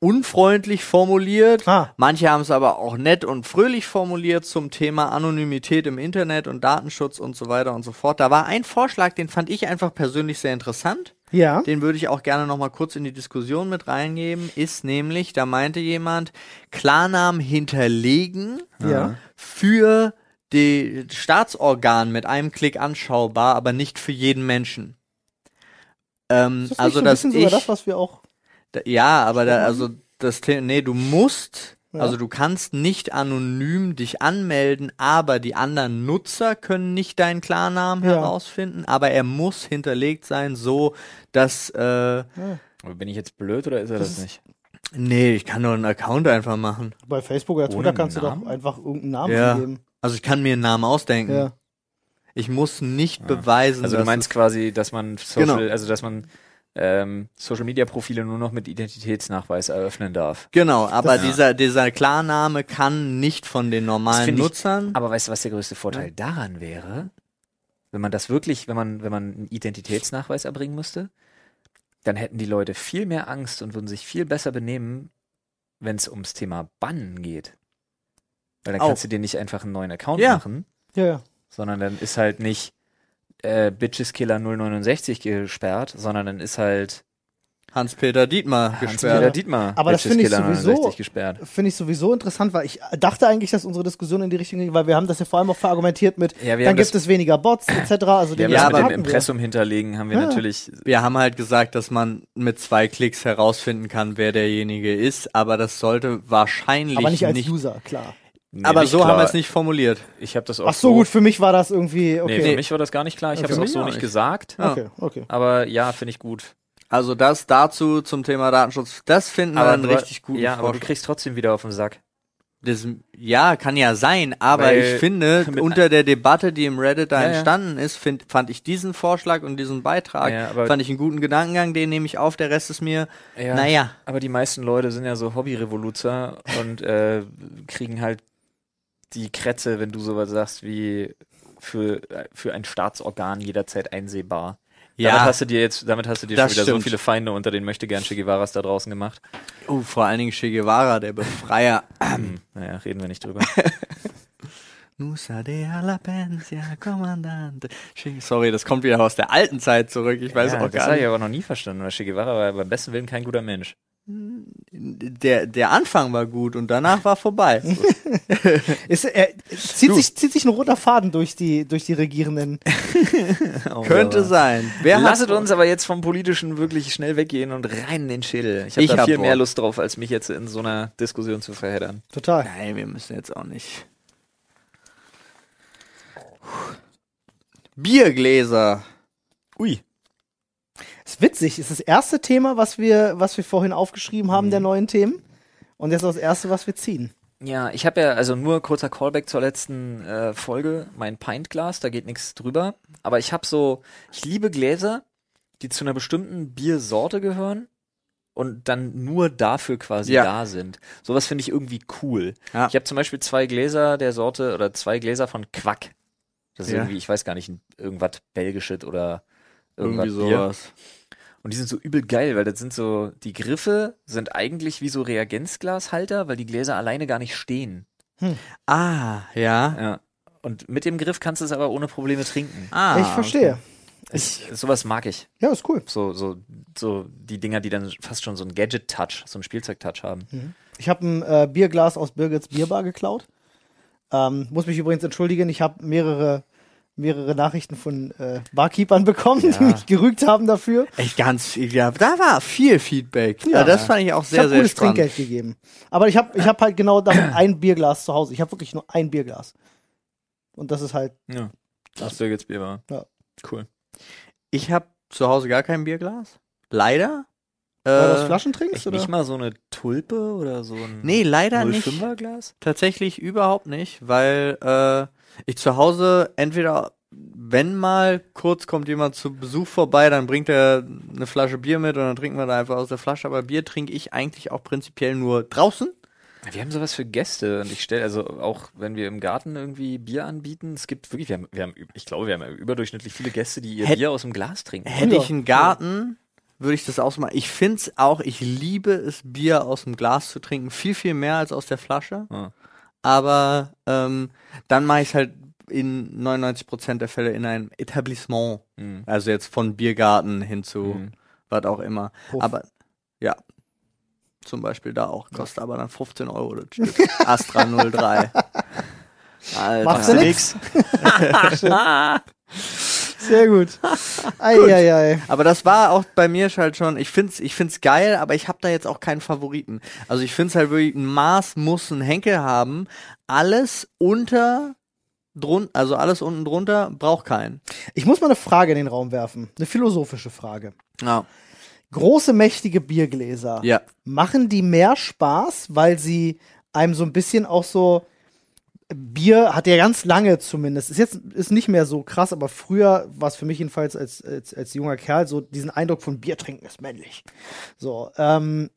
Speaker 2: unfreundlich formuliert,
Speaker 3: Ah.
Speaker 2: manche haben es aber auch nett und fröhlich formuliert zum Thema Anonymität im Internet und Datenschutz und so weiter und so fort. Da war ein Vorschlag, den fand ich einfach persönlich sehr interessant.
Speaker 3: Ja.
Speaker 2: Den würde ich auch gerne nochmal kurz in die Diskussion mit reingeben, ist nämlich, da meinte jemand, Klarnamen hinterlegen
Speaker 3: Ja.
Speaker 2: für die Staatsorgan mit einem Klick anschaubar, aber nicht für jeden Menschen. Ähm,
Speaker 3: Ist das nicht
Speaker 2: also
Speaker 3: so ein
Speaker 2: dass
Speaker 3: bisschen sogar
Speaker 2: ich
Speaker 3: das, was wir auch.
Speaker 2: da- ja, aber da, also das The- nee, du musst, also du kannst nicht anonym dich anmelden, aber die anderen Nutzer können nicht deinen Klarnamen
Speaker 3: Ja.
Speaker 2: herausfinden, aber er muss hinterlegt sein, so dass äh,
Speaker 1: Aber Bin ich jetzt blöd oder ist er das, nicht?
Speaker 2: nee, ich kann nur einen Account einfach machen.
Speaker 3: Bei Facebook oder
Speaker 1: Ohne
Speaker 3: Twitter kannst du
Speaker 1: Namen? Hm.
Speaker 3: doch einfach irgendeinen Namen
Speaker 2: Ja.
Speaker 3: geben.
Speaker 2: Also ich kann mir einen Namen ausdenken.
Speaker 3: Ja.
Speaker 2: Ich muss nicht beweisen,
Speaker 1: Also du
Speaker 2: dass
Speaker 1: meinst quasi, dass man Social,
Speaker 2: Genau.
Speaker 1: also dass man ähm, Social-Media-Profile nur noch mit Identitätsnachweis eröffnen darf.
Speaker 2: Genau, aber dieser, dieser Klarname kann nicht von den
Speaker 1: Das
Speaker 2: normalen
Speaker 1: find ich-
Speaker 2: Nutzern.
Speaker 1: Aber weißt du, was der größte Vorteil daran wäre? Wenn man das wirklich, wenn man, wenn man einen Identitätsnachweis erbringen müsste, dann hätten die Leute viel mehr Angst und würden sich viel besser benehmen, wenn es ums Thema Bannen geht. Weil dann
Speaker 2: Auch.
Speaker 1: kannst du dir nicht einfach einen neuen Account
Speaker 2: Ja.
Speaker 1: machen,
Speaker 3: Ja, ja.
Speaker 1: sondern dann ist halt nicht äh, Bitches Killer 069 gesperrt, sondern dann ist halt
Speaker 2: Hans-Peter Dietmar
Speaker 1: Hans-Peter
Speaker 2: gesperrt.
Speaker 1: Dietmar
Speaker 3: Aber das
Speaker 1: Bitches
Speaker 3: finde ich
Speaker 1: Killer
Speaker 3: sowieso-
Speaker 1: 069 gesperrt.
Speaker 3: Finde ich sowieso interessant, weil ich dachte eigentlich, dass unsere Diskussion in die Richtung ging, weil wir haben das ja vor allem auch verargumentiert mit,
Speaker 1: Ja, wir
Speaker 3: dann
Speaker 1: haben das-
Speaker 3: gibt es weniger Bots etc. Also
Speaker 1: Wir haben
Speaker 2: Ja,
Speaker 1: das
Speaker 2: aber
Speaker 1: mit dem
Speaker 3: hatten wir.
Speaker 1: Impressum hinterlegen, haben wir
Speaker 3: Ja.
Speaker 1: natürlich
Speaker 2: Wir haben halt gesagt, dass man mit zwei Klicks herausfinden kann, wer derjenige ist, aber das sollte wahrscheinlich
Speaker 3: Aber nicht als
Speaker 2: nicht
Speaker 3: User, klar.
Speaker 1: nee,
Speaker 2: aber
Speaker 1: nicht
Speaker 2: so haben wir
Speaker 1: klar.
Speaker 2: es nicht formuliert.
Speaker 1: Ich habe das auch
Speaker 3: Ach so, gut, für mich war das irgendwie,
Speaker 1: Nee,
Speaker 3: okay.
Speaker 1: für mich war das gar nicht klar. Ich habe
Speaker 2: für
Speaker 1: es auch
Speaker 2: mich
Speaker 1: so
Speaker 2: auch
Speaker 1: nicht
Speaker 2: nicht.
Speaker 1: gesagt.
Speaker 2: Ja.
Speaker 3: Okay, okay.
Speaker 1: Aber ja, finde ich gut.
Speaker 2: Also das dazu zum Thema Datenschutz, das finden wir einen
Speaker 1: du-
Speaker 2: richtig guten
Speaker 1: Ja, aber du
Speaker 2: Vorschlag.
Speaker 1: kriegst trotzdem wieder auf den Sack.
Speaker 2: Das, ja, kann ja sein, aber
Speaker 1: Weil-
Speaker 2: ich finde,
Speaker 1: mit-
Speaker 2: unter der Debatte, die im Reddit da
Speaker 1: Ja, ja.
Speaker 2: entstanden ist, find, fand ich diesen Vorschlag und diesen Beitrag,
Speaker 1: Ja, aber-
Speaker 2: fand ich einen guten Gedankengang, den nehme ich auf, der Rest ist mir,
Speaker 1: Ja,
Speaker 2: naja.
Speaker 1: Aber die meisten Leute sind ja so Hobbyrevoluzer und äh, kriegen halt die Kretze, wenn du sowas sagst, wie für, für ein Staatsorgan jederzeit einsehbar. Damit hast du dir jetzt, damit hast du dir schon
Speaker 2: Das
Speaker 1: wieder so
Speaker 2: stimmt.
Speaker 1: viele Feinde unter den Möchtegern Che Guevaras da draußen gemacht.
Speaker 2: Oh, vor allen Dingen Che Guevara, der Befreier.
Speaker 1: Hm, naja, reden wir nicht drüber.
Speaker 2: Musa de Alapensia, Kommandante. Che- Sorry, das kommt wieder aus der alten Zeit zurück. Ich weiß
Speaker 1: ja,
Speaker 2: auch
Speaker 1: das
Speaker 2: gar
Speaker 1: habe ich
Speaker 2: nicht.
Speaker 1: aber noch nie verstanden, weil Che Guevara war beim besten Willen kein guter Mensch.
Speaker 2: Der, der Anfang war gut und danach war vorbei.
Speaker 3: Ist, äh, zieht, sich, zieht sich ein roter Faden durch die, durch die Regierenden.
Speaker 2: Könnte sein. Wer
Speaker 1: Lasset
Speaker 2: hat-
Speaker 1: uns aber jetzt vom Politischen wirklich schnell weggehen und rein in den Schädel. Ich
Speaker 2: Ich
Speaker 1: habe da
Speaker 2: hab
Speaker 1: viel
Speaker 2: Bock.
Speaker 1: mehr Lust drauf, als mich jetzt in so einer Diskussion zu verheddern.
Speaker 3: Total.
Speaker 2: Nein, wir müssen jetzt auch nicht. Biergläser.
Speaker 1: Ui.
Speaker 3: Ist witzig, ist das erste Thema, was wir, was wir vorhin aufgeschrieben haben,
Speaker 1: Mhm.
Speaker 3: der neuen Themen. Und jetzt auch das erste, was wir ziehen.
Speaker 1: Ja, ich habe ja, also nur kurzer Callback zur letzten äh, Folge, mein Pintglas, da geht nichts drüber. Aber ich habe so, ich liebe Gläser, die zu einer bestimmten Biersorte gehören und dann nur dafür quasi
Speaker 2: Ja.
Speaker 1: da sind. Sowas finde ich irgendwie cool.
Speaker 2: Ja.
Speaker 1: Ich habe zum Beispiel zwei Gläser der Sorte oder zwei Gläser von Quack. Das ist
Speaker 2: Ja.
Speaker 1: irgendwie, ich weiß gar nicht, ein- irgendwas Belgisches oder irgendwas
Speaker 2: Irgendwie
Speaker 1: Bier.
Speaker 2: sowas.
Speaker 1: Und die sind so übel geil, weil das sind so, die Griffe sind eigentlich wie so Reagenzglashalter, weil die Gläser alleine gar nicht stehen.
Speaker 2: Ah, ja.
Speaker 1: Ja. Und mit dem Griff kannst du es aber ohne Probleme trinken.
Speaker 2: Ah,
Speaker 3: ich verstehe.
Speaker 1: Ich, sowas mag ich.
Speaker 3: Ja, ist cool.
Speaker 1: So, so, so die Dinger, die dann fast schon so einen Gadget-Touch, so einen Spielzeug-Touch haben.
Speaker 3: Ich habe ein äh, Bierglas aus Birgits Bierbar geklaut. Ähm, muss mich übrigens entschuldigen, ich habe mehrere, mehrere Nachrichten von äh, Barkeepern bekommen, die mich gerügt haben dafür.
Speaker 2: Okay. Echt ganz viel. Ja, da war viel Feedback. Ja, das fand ich auch
Speaker 3: Ich
Speaker 2: sehr,
Speaker 3: habe
Speaker 2: sehr
Speaker 3: gutes
Speaker 2: spannend.
Speaker 3: Trinkgeld gegeben. Aber ich habe ich hab halt genau damit ein Bierglas zu Hause. Ich habe wirklich nur ein Bierglas. Und das ist halt,
Speaker 1: Ja. Das Birgit's Bier war.
Speaker 3: Ja.
Speaker 1: Cool.
Speaker 2: Ich habe zu Hause gar kein Bierglas. Leider. Äh,
Speaker 3: weil du aus Flaschen trinkst,
Speaker 1: Echt
Speaker 3: oder?
Speaker 1: nicht mal so eine Tulpe oder so ein
Speaker 2: Nee, leider nicht.
Speaker 1: 05er Glas?
Speaker 2: Tatsächlich überhaupt nicht, weil äh, ich zu Hause entweder, wenn mal kurz kommt jemand zu Besuch vorbei, dann bringt er eine Flasche Bier mit und dann trinken wir da einfach aus der Flasche. Aber Bier trinke ich eigentlich auch prinzipiell nur draußen.
Speaker 1: Wir haben sowas für Gäste und ich stelle, also auch wenn wir im Garten irgendwie Bier anbieten, es gibt wirklich, wir haben, wir haben ich glaube, wir haben überdurchschnittlich viele Gäste, die ihr
Speaker 2: Hätt-
Speaker 1: Bier aus dem Glas trinken.
Speaker 2: Hätte
Speaker 3: Ja.
Speaker 2: ich einen Garten, würde ich das auch so machen. Ich finde es auch, ich liebe es, Bier aus dem Glas zu trinken. Viel, viel mehr als aus der Flasche.
Speaker 1: Ja.
Speaker 2: Aber ähm, dann mache ich es halt in 99% der Fälle in einem Etablissement.
Speaker 1: Mhm.
Speaker 2: Also jetzt von Biergarten hin zu
Speaker 1: Mhm.
Speaker 2: was auch immer.
Speaker 3: Hof.
Speaker 2: Aber ja, zum Beispiel da auch. Kostet aber dann 15 Euro das Stück. Astra 03. Alter.
Speaker 3: Machst du nix? Sehr gut. Eieiei.
Speaker 2: Aber das war auch bei mir halt schon, ich find's, ich find's geil, aber ich hab da jetzt auch keinen Favoriten. Also ich find's halt wirklich, ein Maß muss ein Henkel haben. Alles unter, drun, also alles unten drunter braucht keinen.
Speaker 3: Ich muss mal eine Frage in den Raum werfen. Eine philosophische Frage.
Speaker 2: Ja.
Speaker 3: Große, mächtige Biergläser.
Speaker 2: Ja.
Speaker 3: Machen die mehr Spaß, weil sie einem so ein bisschen auch so Bier hat ja ganz lange zumindest, ist jetzt ist nicht mehr so krass, aber früher war es für mich jedenfalls als, als, als junger Kerl so diesen Eindruck von Bier trinken ist männlich. So, ähm,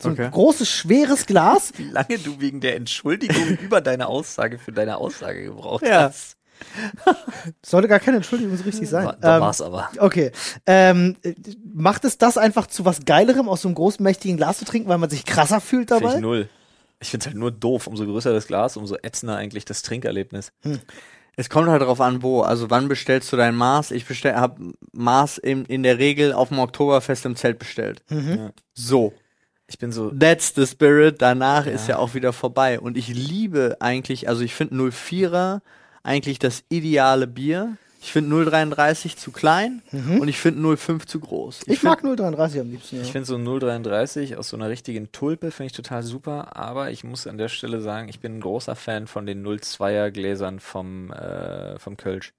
Speaker 3: so
Speaker 2: Okay.
Speaker 3: ein großes, schweres Glas.
Speaker 1: Wie lange du wegen der Entschuldigung über deine Aussage für deine Aussage gebraucht
Speaker 2: Ja.
Speaker 1: hast.
Speaker 3: Sollte gar keine Entschuldigung so richtig sein.
Speaker 1: Da, da
Speaker 3: Ähm,
Speaker 1: war's aber.
Speaker 3: Okay. Ähm, äh, macht es das einfach zu was Geilerem, aus so einem großen, mächtigen Glas zu trinken, weil man sich krasser fühlt
Speaker 1: Finde ich
Speaker 3: dabei?
Speaker 1: null. Ich finde es halt nur doof. Umso größer das Glas, umso ätzender eigentlich das Trinkerlebnis.
Speaker 2: Es kommt halt drauf an, wo. Also wann bestellst du dein Maß? Ich bestell, hab Maß in, in der Regel auf dem Oktoberfest im Zelt bestellt.
Speaker 3: Hm.
Speaker 1: Ja.
Speaker 2: So.
Speaker 1: Ich bin so.
Speaker 2: That's the spirit. Danach ist ja auch wieder vorbei. Und ich liebe eigentlich, also ich finde 04er eigentlich das ideale Bier. Ich finde 033 zu klein und ich finde 05 zu groß.
Speaker 3: Mhm. Ich
Speaker 2: find-
Speaker 3: mag 033 am liebsten.
Speaker 1: Ich
Speaker 3: Ja.
Speaker 1: finde so ein 033 aus so einer richtigen Tulpe finde ich total super, aber ich muss an der Stelle sagen, ich bin ein großer Fan von den 02er Gläsern vom äh, vom Kölsch.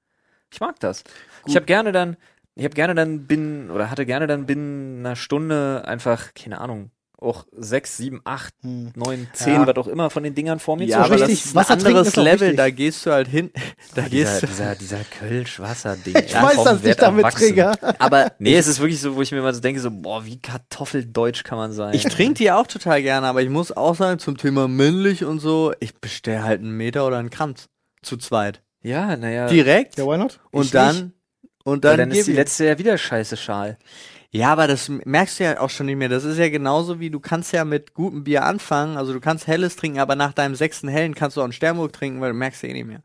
Speaker 1: Ich mag das. Ich habe gerne dann ich habe gerne dann binnen oder hatte gerne dann binnen einer Stunde einfach keine Ahnung, auch 6, 7, 8,
Speaker 3: Hm.
Speaker 1: 9, 10,
Speaker 2: Ja.
Speaker 1: was auch immer von den Dingern vor mir
Speaker 2: ja,
Speaker 1: zu
Speaker 2: aber das
Speaker 3: richtig
Speaker 2: ist
Speaker 3: Wasser
Speaker 2: ein
Speaker 3: trinken
Speaker 2: anderes
Speaker 3: ist auch
Speaker 2: Level.
Speaker 3: wichtig.
Speaker 2: Da gehst du halt hin. Da gehst du.
Speaker 1: Ah, dieser, dieser Kölsch-Wasser-Ding.
Speaker 3: Ich weiß, dass ich damit trinke.
Speaker 2: Aber
Speaker 1: Nee, es ist wirklich so, wo ich mir mal so denke, so, boah, wie kartoffeldeutsch kann man sein?
Speaker 2: Ich trinke die auch total gerne, aber ich muss auch sagen, zum Thema männlich und so, ich bestelle halt einen Meter oder einen Kranz zu zweit.
Speaker 1: Äh, ja, naja.
Speaker 2: Direkt
Speaker 3: Ja, why not?
Speaker 2: und
Speaker 1: ich
Speaker 2: dann und
Speaker 1: Weil
Speaker 2: dann,
Speaker 1: dann ist
Speaker 2: gib
Speaker 1: die
Speaker 2: ihm.
Speaker 1: letzte ja wieder scheiße Schal.
Speaker 2: Ja, aber das merkst du ja auch schon nicht mehr. Das ist ja genauso wie du kannst ja mit gutem Bier anfangen, also du kannst helles trinken, aber nach deinem sechsten hellen kannst du auch einen Sternburg trinken, weil du merkst ja eh nicht mehr.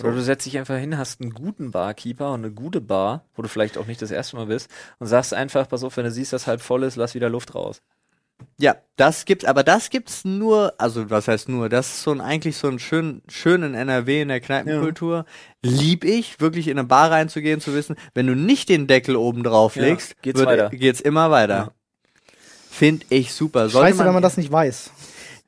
Speaker 1: Oder du setzt dich einfach hin, hast einen guten Barkeeper und eine gute Bar, wo du vielleicht auch nicht das erste Mal bist, und sagst einfach, pass auf, wenn du siehst, dass halb voll ist, lass wieder Luft raus.
Speaker 2: Ja, das gibt's, aber das gibt's nur, also was heißt nur, das ist so ein eigentlich so ein schön, schönen NRW in der Kneipenkultur. Lieb ich, wirklich in eine Bar reinzugehen, zu wissen, wenn du nicht den Deckel oben drauf
Speaker 1: Ja,
Speaker 2: legst,
Speaker 1: geht's weiter.
Speaker 2: geht's immer weiter.
Speaker 1: Ja.
Speaker 2: Find ich super. Sollte
Speaker 3: Scheiße, wenn man das nicht weiß.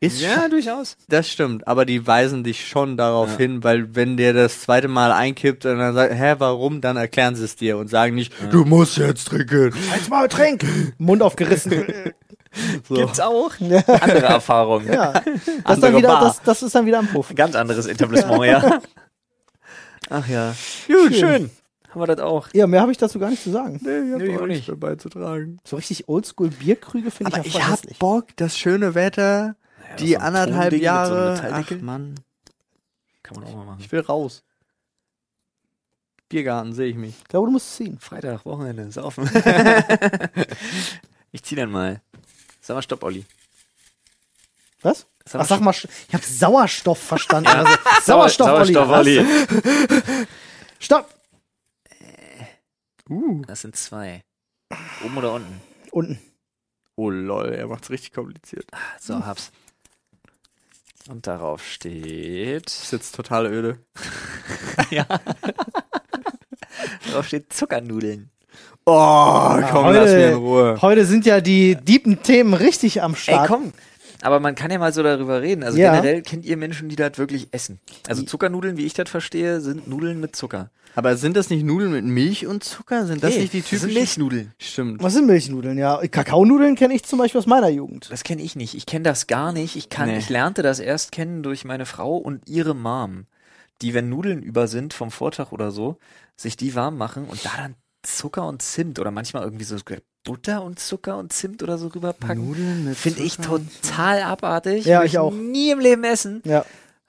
Speaker 2: Ist ja.
Speaker 1: durchaus.
Speaker 2: Das stimmt, aber die weisen dich schon darauf hin, weil wenn der das zweite Mal einkippt und dann sagt, hä, warum, dann erklären sie es dir und sagen nicht, du musst jetzt trinken.
Speaker 3: Eins Mal trink! Mund aufgerissen.
Speaker 2: So.
Speaker 1: Gibt's auch. Andere Erfahrung.
Speaker 3: ja. Das, ist
Speaker 2: Andere
Speaker 3: dann wieder,
Speaker 2: Bar.
Speaker 3: das, das ist dann wieder am Puff.
Speaker 1: Ganz anderes Etablissement, ja.
Speaker 2: Ach ja.
Speaker 1: Gut, schön. Haben wir das auch.
Speaker 3: Ja, mehr habe ich dazu gar nicht zu sagen.
Speaker 2: Nee,
Speaker 1: Nee, ich auch nicht.
Speaker 2: dabei zu tragen.
Speaker 3: So richtig oldschool Bierkrüge finde
Speaker 2: Aber
Speaker 3: ich ja
Speaker 2: ich
Speaker 3: voll
Speaker 2: hab
Speaker 3: hässlich.
Speaker 2: Bock, das schöne Wetter, die
Speaker 1: so ein Tonding mit
Speaker 2: anderthalb
Speaker 1: so einem
Speaker 2: Jahre. Ach
Speaker 1: Metalldeckel.
Speaker 2: Mann,
Speaker 1: Kann man auch mal machen.
Speaker 2: ich will raus. Biergarten sehe ich mich.
Speaker 3: Ich glaube, du musst ziehen.
Speaker 1: Freitag, Wochenende, saufen. ich zieh dann mal. Sag mal Stopp, Olli.
Speaker 3: Was?
Speaker 1: Sag mal
Speaker 3: Ach, sag mal, Sch- ich habe Sauerstoff verstanden. Also, Sauerstoff,
Speaker 1: Sauerstoff,
Speaker 3: Olli.
Speaker 1: Olli.
Speaker 3: Was? Stopp!
Speaker 1: Das sind zwei. Oben oder unten?
Speaker 3: Unten.
Speaker 2: Oh lol, er macht's richtig kompliziert.
Speaker 1: So, hab's. Und darauf steht.
Speaker 2: Ist jetzt total öde.
Speaker 1: Darauf steht Zuckernudeln.
Speaker 2: Oh, komm, lass mich in Ruhe.
Speaker 3: Ah, Heute sind ja die diepen Themen richtig am
Speaker 1: Ey,
Speaker 3: Start.
Speaker 1: komm. Aber man kann ja mal so darüber reden. Also
Speaker 3: Ja.
Speaker 1: generell kennt ihr Menschen, die das wirklich essen. Also Zuckernudeln, wie ich das verstehe, sind Nudeln mit Zucker.
Speaker 2: Aber sind das nicht Nudeln mit Milch und Zucker? Sind das
Speaker 1: Nee,
Speaker 2: nicht die
Speaker 1: das sind
Speaker 2: typischen?
Speaker 1: Milchnudeln.
Speaker 2: Stimmt.
Speaker 3: Was sind Milchnudeln? Ja, Kakaonudeln kenne ich zum Beispiel aus meiner Jugend.
Speaker 1: Das kenne ich nicht. Ich kenne das gar nicht. Ich kann,
Speaker 2: Nee.
Speaker 1: ich lernte das erst kennen durch meine Frau und ihre Mom, die, wenn Nudeln über sind vom Vortag oder so, sich die warm machen und da dann Zucker und Zimt oder manchmal irgendwie so Butter und Zucker und Zimt oder so rüberpacken.
Speaker 2: Nudeln mit
Speaker 1: Finde ich
Speaker 2: Zucker?
Speaker 1: total abartig.
Speaker 3: Ja,
Speaker 1: Würd
Speaker 3: ich auch.
Speaker 1: Nie im Leben essen.
Speaker 3: Ja.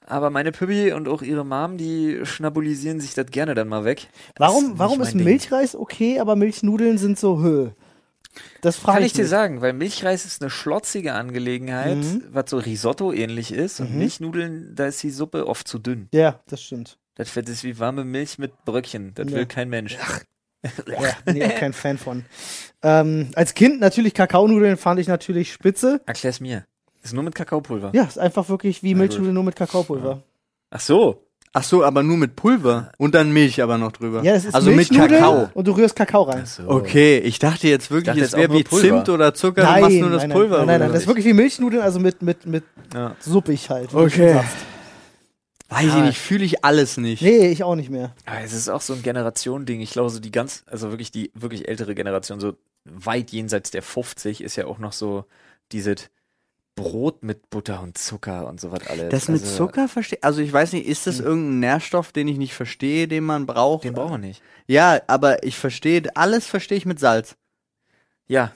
Speaker 1: Aber meine Püppi und auch ihre Mom, die schnabulisieren sich das gerne dann mal weg. Das
Speaker 3: Warum,
Speaker 1: nicht
Speaker 3: warum
Speaker 1: mein
Speaker 3: ist
Speaker 1: Ding.
Speaker 3: Milchreis okay, aber Milchnudeln sind so hö? Das frage
Speaker 1: Kann
Speaker 3: ich,
Speaker 1: ich dir
Speaker 3: mich.
Speaker 1: sagen, weil Milchreis ist eine schlotzige Angelegenheit,
Speaker 3: Mhm.
Speaker 1: was so Risotto ähnlich ist. Und
Speaker 3: Mhm.
Speaker 1: Milchnudeln, da ist die Suppe oft zu dünn.
Speaker 3: Ja, das stimmt.
Speaker 1: Das wird- das ist wie warme Milch mit Bröckchen. Das
Speaker 3: Ja.
Speaker 1: will kein Mensch.
Speaker 3: Ja, bin ich auch kein Fan von. Ähm, als Kind natürlich Kakaonudeln fand ich natürlich spitze.
Speaker 1: Erklär's mir. Ist nur mit Kakaopulver.
Speaker 3: Ja, ist einfach wirklich wie
Speaker 1: Na gut.
Speaker 3: Milchnudeln nur mit Kakaopulver.
Speaker 1: Ach so.
Speaker 2: Ach so, aber nur mit Pulver und dann Milch aber noch drüber.
Speaker 3: Ja, das ist
Speaker 2: also mit
Speaker 3: Milchnudeln
Speaker 2: Kakao.
Speaker 3: Und du rührst Kakao rein.
Speaker 2: Okay, ich dachte jetzt wirklich,
Speaker 1: dachte
Speaker 2: es
Speaker 1: jetzt auch
Speaker 2: wäre
Speaker 1: nur
Speaker 2: wie
Speaker 1: Pulver.
Speaker 2: Zimt oder Zucker,
Speaker 3: Nein,
Speaker 2: Genau, du machst nur das
Speaker 3: nein,
Speaker 2: Pulver.
Speaker 3: Nein, nein, nein,
Speaker 2: rüber.
Speaker 3: das ist wirklich wie Milchnudeln, also mit, mit, mit
Speaker 1: Ja.
Speaker 3: suppig halt. wie du schon
Speaker 2: Okay.
Speaker 3: sagst.
Speaker 2: Weiß ich nicht, fühle ich alles nicht.
Speaker 3: Nee, ich auch nicht mehr.
Speaker 1: Aber es ist auch so ein Generation-Ding. Ich glaube, so die ganz, also wirklich die wirklich ältere Generation, so weit jenseits der 50, ist ja auch noch so dieses Brot mit Butter und Zucker und so was alles.
Speaker 2: Das mit
Speaker 1: Also,
Speaker 2: Zucker verstehe Also ich weiß nicht, ist das irgendein Nährstoff, den ich nicht verstehe, den man braucht?
Speaker 1: Den brauchen wir nicht.
Speaker 2: Ja, aber ich verstehe, alles verstehe ich mit Salz.
Speaker 1: Ja,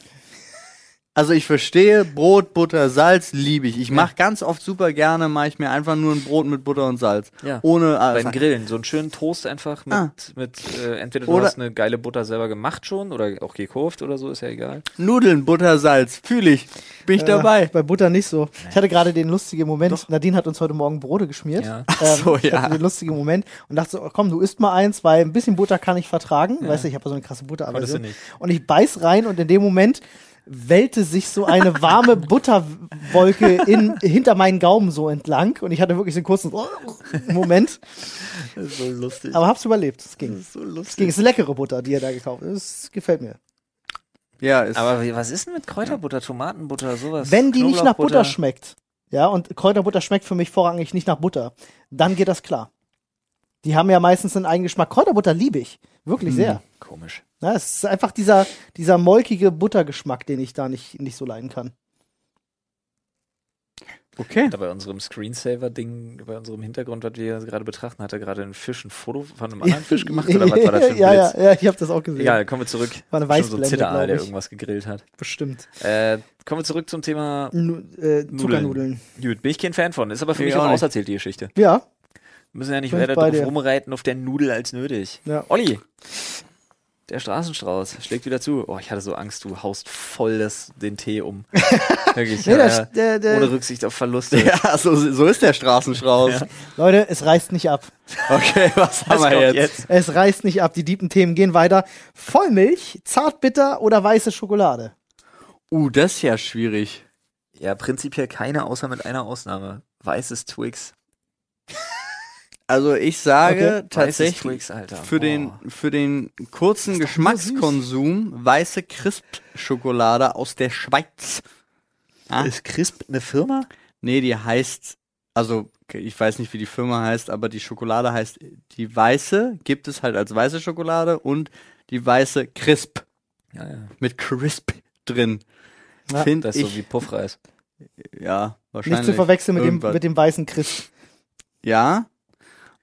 Speaker 2: Also ich verstehe, Brot, Butter, Salz liebe ich. Ich mache ganz oft super gerne, mache ich mir einfach nur ein Brot mit Butter und Salz.
Speaker 1: Ja.
Speaker 2: Ohne äh,
Speaker 3: Ah,
Speaker 2: alles.
Speaker 1: beim Grillen. So einen schönen Toast einfach mit,
Speaker 2: Ah.
Speaker 1: mit äh, entweder du
Speaker 2: Oder-
Speaker 1: hast eine geile Butter selber gemacht schon oder auch gekauft oder so, ist ja egal.
Speaker 2: Nudeln, Butter, Salz, fühle ich. Bin ich
Speaker 3: Äh,
Speaker 2: dabei.
Speaker 3: Bei Butter nicht so. Ich hatte gerade den lustigen Moment. Nadine hat uns heute Morgen Brote geschmiert. Ähm,
Speaker 1: Ja.
Speaker 2: so,
Speaker 3: ich hatte
Speaker 2: ja.
Speaker 3: den lustigen Moment und dachte so, oh, komm, du isst mal eins, weil ein bisschen Butter kann ich vertragen. Weißt du, ich habe so eine krasse
Speaker 1: Konntest du
Speaker 3: Butteraversion.
Speaker 1: nicht.
Speaker 3: Und ich beiß rein und in dem Moment wellte sich so eine warme Butterwolke in, hinter meinen Gaumen so entlang und ich hatte wirklich so einen kurzen Moment,
Speaker 2: So lustig.
Speaker 3: aber hab's überlebt. Es ging.
Speaker 2: So
Speaker 3: Es
Speaker 2: lustig.
Speaker 3: ging. Es ist leckere Butter, die ihr da gekauft habt. Es gefällt mir.
Speaker 2: Ja, ist
Speaker 1: Aber wie- was ist denn mit Kräuterbutter, Tomatenbutter, sowas?
Speaker 3: Wenn die nicht nach Butter
Speaker 1: Knoblauchbutter?
Speaker 3: schmeckt, ja, und Kräuterbutter schmeckt für mich vorrangig nicht nach Butter, dann geht das klar. Die haben ja meistens einen eigenen Geschmack. Kräuterbutter liebe ich.
Speaker 1: Mhm.
Speaker 3: Wirklich sehr.
Speaker 1: Komisch.
Speaker 3: Ja, es ist einfach dieser, dieser molkige Buttergeschmack, den ich da nicht, nicht so leiden kann.
Speaker 2: okay.
Speaker 1: Da bei unserem Screensaver-Ding, bei unserem Hintergrund, was wir gerade betrachten, hat er gerade ein Fisch ein Foto von einem anderen Fisch gemacht oder was war das für ein
Speaker 3: ja,
Speaker 1: Blitz?
Speaker 3: ja, ja, ich habe das auch gesehen.
Speaker 1: Egal, kommen wir zurück.
Speaker 3: War eine
Speaker 1: Schon so ein
Speaker 3: Weißblende,
Speaker 1: Zitteraal,
Speaker 3: glaub
Speaker 1: der
Speaker 3: ich.
Speaker 1: irgendwas gegrillt hat.
Speaker 3: Bestimmt.
Speaker 1: Äh, kommen wir zurück zum Thema
Speaker 3: Nu äh, Zuckernudeln.
Speaker 1: Gut, bin ich kein Fan von. Ist aber für
Speaker 2: Ich
Speaker 1: mich auch
Speaker 2: auch nicht.
Speaker 1: auserzählt, die Geschichte.
Speaker 3: Ja,
Speaker 1: Wir müssen ja nicht
Speaker 3: Bin ich
Speaker 1: weiter
Speaker 3: bei
Speaker 1: drauf
Speaker 3: dir.
Speaker 1: rumreiten auf der Nudel als nötig.
Speaker 3: Ja.
Speaker 1: Olli! Der Straßenstrauß schlägt wieder zu. Oh, ich hatte so Angst, du haust voll das, den Tee um. Wirklich.
Speaker 3: Nee,
Speaker 1: ja,
Speaker 3: das- der- der-
Speaker 1: ohne Rücksicht auf Verluste.
Speaker 2: Ja, so, so ist der Straßenschraus.
Speaker 3: Leute, es reißt nicht ab.
Speaker 2: Okay, was haben
Speaker 1: Was
Speaker 2: wir
Speaker 1: kommt
Speaker 2: jetzt?
Speaker 1: jetzt?
Speaker 3: Es reißt nicht ab. Die diepen Themen gehen weiter. Vollmilch, Zartbitter oder weiße Schokolade?
Speaker 2: Uh, das ist ja schwierig.
Speaker 1: Ja, prinzipiell keine, außer mit einer Ausnahme. Weißes Twix.
Speaker 2: Also ich sage
Speaker 1: Weißes
Speaker 2: tatsächlich
Speaker 1: Twix, Alter.
Speaker 2: für den,
Speaker 1: Boah.
Speaker 2: für den kurzen Geschmackskonsum weiße Crisp-Schokolade aus der Schweiz. Ah.
Speaker 1: Ist Crisp eine Firma?
Speaker 2: Nee, die heißt, also ich weiß nicht, wie die Firma heißt, aber die Schokolade heißt die weiße, gibt es halt als weiße Schokolade und die weiße Crisp
Speaker 1: Ja, ja.
Speaker 2: mit Crisp drin.
Speaker 3: Ja,
Speaker 2: Find
Speaker 1: Das
Speaker 2: ich,
Speaker 1: ist so wie Puffreis.
Speaker 2: ja, wahrscheinlich.
Speaker 3: Nicht zu verwechseln mit dem,
Speaker 2: Irgendwas.
Speaker 3: mit dem weißen Christ.
Speaker 2: Ja.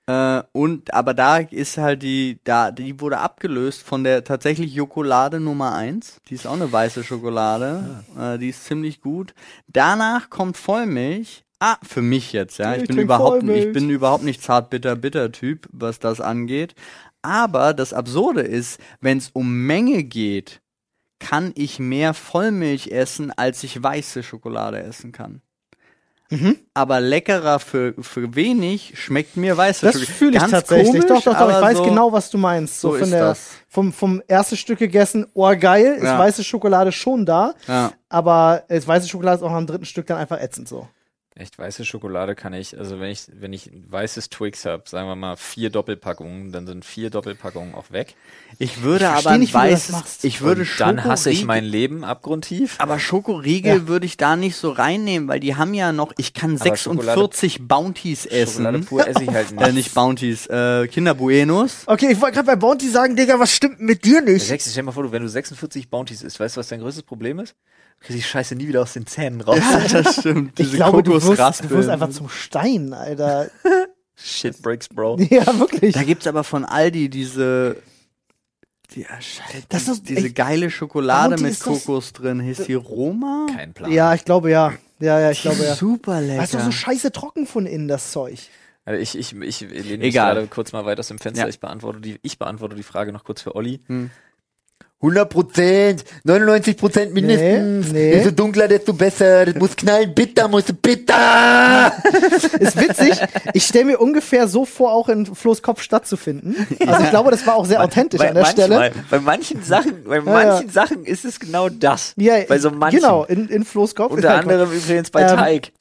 Speaker 2: Äh, und aber da ist halt die, da, die wurde abgelöst von der tatsächlich Jokolade Nummer 1. Die ist auch eine weiße Schokolade.
Speaker 3: Ah.
Speaker 2: Äh, die ist ziemlich gut. Danach kommt Vollmilch. Ah, für mich jetzt, ja. Ich,
Speaker 3: Ich
Speaker 2: bin
Speaker 3: trink
Speaker 2: überhaupt, ich
Speaker 3: Vollmilch.
Speaker 2: bin überhaupt nicht zart bitter bitter Typ, was das angeht. Aber das Absurde ist, wenn es um Menge geht, kann ich mehr Vollmilch essen, als ich weiße Schokolade essen kann
Speaker 3: Mhm.
Speaker 2: aber leckerer für, für wenig schmeckt mir weiße
Speaker 3: Das
Speaker 2: Schokolade.
Speaker 3: fühle ich
Speaker 2: Ganz
Speaker 3: tatsächlich.
Speaker 2: komisch,
Speaker 3: doch, doch, doch. Ich
Speaker 2: aber
Speaker 3: weiß
Speaker 2: so-
Speaker 3: genau, was du meinst. So,
Speaker 2: so
Speaker 3: von
Speaker 2: ist
Speaker 3: der,
Speaker 2: das.
Speaker 3: Vom, vom ersten Stück gegessen, oh geil, ist
Speaker 2: Ja.
Speaker 3: weiße Schokolade schon da,
Speaker 2: Ja.
Speaker 3: aber äh, weiße Schokolade ist auch am dritten Stück dann einfach ätzend so.
Speaker 1: Echt weiße Schokolade kann ich, also wenn ich, wenn ich ein weißes Twix habe, sagen wir mal vier Doppelpackungen, dann sind vier Doppelpackungen auch weg.
Speaker 2: Ich würde
Speaker 3: versteh
Speaker 2: aber ein
Speaker 3: nicht, wie du das
Speaker 2: weißes,
Speaker 3: machst.
Speaker 2: ich würde
Speaker 1: Und dann hasse ich
Speaker 2: Schokoriegel-
Speaker 1: mein Leben abgrundtief.
Speaker 2: aber Schokoriegel
Speaker 3: Ja.
Speaker 2: würde ich da nicht so reinnehmen, weil die haben ja noch, ich kann
Speaker 1: Aber
Speaker 2: 46 Bounties
Speaker 1: Äh, Schokolade
Speaker 2: essen.
Speaker 1: pur esse ich halt nicht.
Speaker 2: Äh, nicht Bounties, äh, Kinder Buenos.
Speaker 3: Okay, ich wollte gerade bei Bounty sagen, Digga, was stimmt mit dir nicht?
Speaker 1: Sechs, stell dir mal vor, du, wenn du 46 Bounties isst, weißt du, was dein größtes Problem ist? Du kriegst die Scheiße nie wieder aus den Zähnen raus.
Speaker 2: das stimmt.
Speaker 3: Ich
Speaker 2: Diese
Speaker 3: glaube, du wirst, du wirst
Speaker 2: Kokosraspeln.
Speaker 3: einfach zum Stein, Alter.
Speaker 1: Shit breaks, bro.
Speaker 3: ja, wirklich.
Speaker 2: Da gibt's aber von Aldi diese. Die, ah, scheiße,
Speaker 3: Das ist-
Speaker 2: diese
Speaker 3: ich-
Speaker 2: geile Schokolade
Speaker 3: Bounty
Speaker 2: mit
Speaker 3: ist das-
Speaker 2: Kokos drin. Hieß die Roma?
Speaker 1: Kein Plan.
Speaker 3: Ja, ich glaube ja. Ja, ja, ich glaube ja.
Speaker 2: Super lecker.
Speaker 3: Weißt du, so scheiße trocken von innen, das Zeug.
Speaker 1: Also ich, ich, ich lehne mich
Speaker 2: Egal.
Speaker 1: gerade kurz mal weit aus dem Fenster.
Speaker 2: Ja.
Speaker 1: Ich beantworte die, ich beantworte die Frage noch kurz für Olli.
Speaker 5: 100 Prozent, 99 Prozent mindestens.
Speaker 3: Nee, nee.
Speaker 5: Desto dunkler, desto besser. Das muss knallen, bitter, muss bitter.
Speaker 3: Ist witzig. Ich stelle mir ungefähr so vor, auch in Flo's Kopf stattzufinden. Also ich glaube, das war auch sehr authentisch an der Stelle.
Speaker 1: bei manchen Sachen, bei
Speaker 3: manchen
Speaker 1: Sachen ist es genau das.
Speaker 3: Ja,
Speaker 1: bei so manchen.
Speaker 3: genau, in, in Flo's Kopf.
Speaker 1: Unter anderem übrigens bei
Speaker 3: Ähm,
Speaker 1: Teig.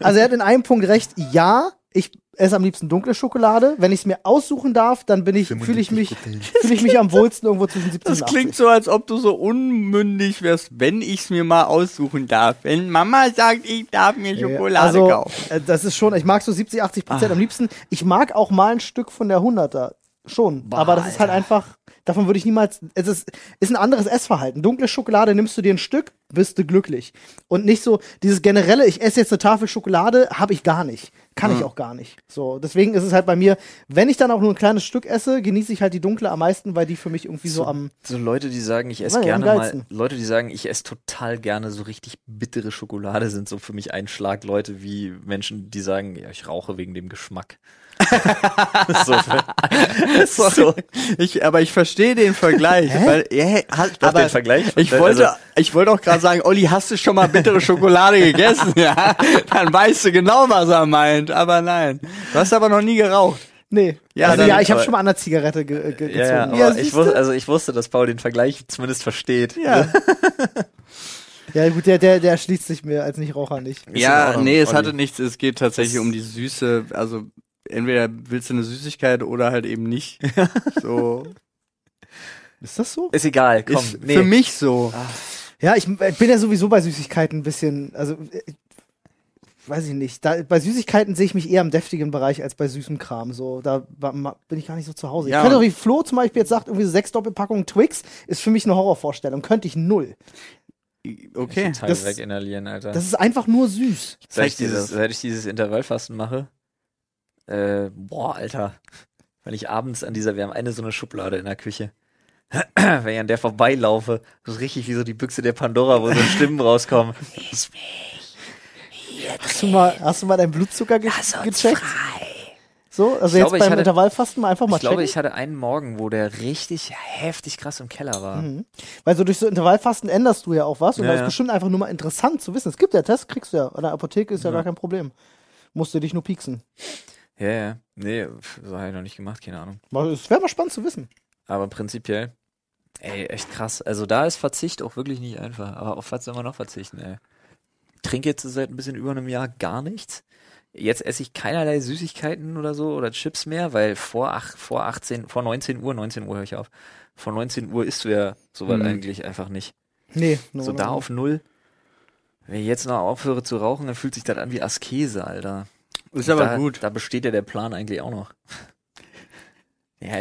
Speaker 3: Also er hat in einem Punkt recht, ja, ich esse am liebsten dunkle Schokolade. Wenn ich es mir aussuchen darf, dann bin ich, fühle ich mich, fühle ich mich am wohlsten irgendwo zwischen 17
Speaker 2: Das
Speaker 3: und 18.
Speaker 2: klingt so, als ob du so unmündig wärst, wenn ich's mir mal aussuchen darf. Wenn Mama sagt, ich darf mir Schokolade
Speaker 3: also,
Speaker 2: kaufen.
Speaker 3: äh, das ist schon, ich mag so 70,
Speaker 1: Ah.
Speaker 3: 80 Prozent am liebsten. Ich mag auch mal ein Stück von der 100er. Schon. aber das ist halt einfach, Davon würde ich niemals. Es ist, ist ein anderes Essverhalten. Dunkle Schokolade nimmst du dir ein Stück, bist du glücklich. Und nicht so dieses generelle, ich esse jetzt eine Tafel Schokolade, habe ich gar nicht. Kann
Speaker 1: Mhm.
Speaker 3: ich auch gar nicht. So, deswegen ist es halt bei mir, wenn ich dann auch nur ein kleines Stück esse, genieße ich halt die dunkle am meisten, weil die für mich irgendwie so am.
Speaker 1: So Leute, die sagen, ich esse
Speaker 3: Nein, am
Speaker 1: gerne mal,
Speaker 3: geilsten.
Speaker 1: Leute, die sagen, ich esse total gerne so richtig bittere Schokolade, sind so für mich ein Schlag Leute wie Menschen, die sagen, ja, ich rauche wegen dem Geschmack. so,
Speaker 2: Sorry. Ich, aber ich verstehe den Vergleich. Weil, ja, hat,
Speaker 1: doch
Speaker 2: aber
Speaker 1: den Vergleich.
Speaker 2: Ich
Speaker 1: Also-
Speaker 2: wollte, ich wollte auch gerade sagen, Olli, hast du schon mal bittere Schokolade gegessen? Ja, dann weißt du genau, was er meint. Aber nein. Du hast aber noch nie geraucht.
Speaker 3: Nee.
Speaker 2: Ja,
Speaker 3: also,
Speaker 2: dann-
Speaker 3: ja ich habe
Speaker 1: aber-
Speaker 3: schon mal an der Zigarette ge
Speaker 1: ja,
Speaker 3: ge
Speaker 1: ja,
Speaker 3: gezogen.
Speaker 1: aber
Speaker 2: Ja,
Speaker 1: ich,
Speaker 2: siehste.
Speaker 1: wusste, also ich wusste, dass Paul den Vergleich zumindest versteht.
Speaker 2: Ja.
Speaker 3: Ja, gut, der, der, der schließt sich mir als Nichtraucher nicht.
Speaker 1: in
Speaker 2: Ja,
Speaker 1: Ordnung,
Speaker 2: nee, es
Speaker 1: Olli.
Speaker 2: hatte nichts. Es geht tatsächlich um die Süße. Also entweder willst du eine Süßigkeit oder halt eben nicht. So.
Speaker 3: Ist das so?
Speaker 1: Ist egal, komm. Ah,
Speaker 2: Ist für mich so.
Speaker 3: Ja, ich äh, bin ja sowieso bei Süßigkeiten ein bisschen, also äh, weiß ich nicht. Da, bei Süßigkeiten sehe ich mich eher im deftigen Bereich als bei süßem Kram. So, da wa- ma- bin ich gar nicht so zu Hause.
Speaker 2: Ja,
Speaker 3: ich könnte
Speaker 2: und-
Speaker 3: auch, wie Flo zum Beispiel jetzt sagt, irgendwie so sechs Doppelpackungen Twix ist für mich eine Horrorvorstellung. Könnte ich null.
Speaker 2: Okay.
Speaker 1: Teil
Speaker 3: das-
Speaker 1: weg inhalieren, Alter.
Speaker 3: Das ist einfach nur süß.
Speaker 1: seit, ich
Speaker 2: zeig dir
Speaker 1: dieses,
Speaker 2: das.
Speaker 1: seit ich dieses Intervallfasten mache, äh, boah, Alter. Wenn ich abends an dieser, wir haben eine so eine Schublade in der Küche. Wenn ich an der vorbeilaufe, das ist richtig wie so die Büchse der Pandora, wo so Stimmen rauskommen.
Speaker 3: Hast du mal, hast du mal deinen Blutzucker ge gecheckt? So, also jetzt
Speaker 1: glaube, ich
Speaker 3: beim
Speaker 1: hatte-
Speaker 3: Intervallfasten mal einfach mal
Speaker 1: Ich glaube,
Speaker 3: checken.
Speaker 1: ich hatte einen Morgen, wo der richtig heftig krass im Keller war.
Speaker 3: Mhm. Weil so durch so Intervallfasten änderst du ja auch was. Und
Speaker 1: Ja,
Speaker 3: da ist
Speaker 1: ja.
Speaker 3: bestimmt einfach nur mal interessant zu wissen. Es gibt ja Tests, kriegst du ja. An der Apotheke ist ja, gar kein Problem. Musst du dich nur pieksen.
Speaker 1: Ja, ja. Nee, pf, so habe ich noch nicht gemacht, keine Ahnung.
Speaker 3: Mal- Es wäre mal spannend zu wissen.
Speaker 1: Aber prinzipiell, ey, echt krass. Also da ist Verzicht auch wirklich nicht einfach. Aber auf was soll man noch verzichten, ey? Trinke jetzt seit ein bisschen über einem Jahr gar nichts. Jetzt esse ich keinerlei Süßigkeiten oder so oder Chips mehr, weil vor, ach, vor 18, vor 19 Uhr, 19 Uhr höre ich auf, vor 19 Uhr isst du ja soweit
Speaker 2: Mhm.
Speaker 1: eigentlich einfach nicht.
Speaker 3: Nee,
Speaker 1: so da auf null. Wenn ich jetzt noch aufhöre zu rauchen, dann fühlt sich das an wie Askese, Alter.
Speaker 2: Ist aber
Speaker 1: da,
Speaker 2: gut.
Speaker 1: Da besteht ja der Plan eigentlich auch noch. ja,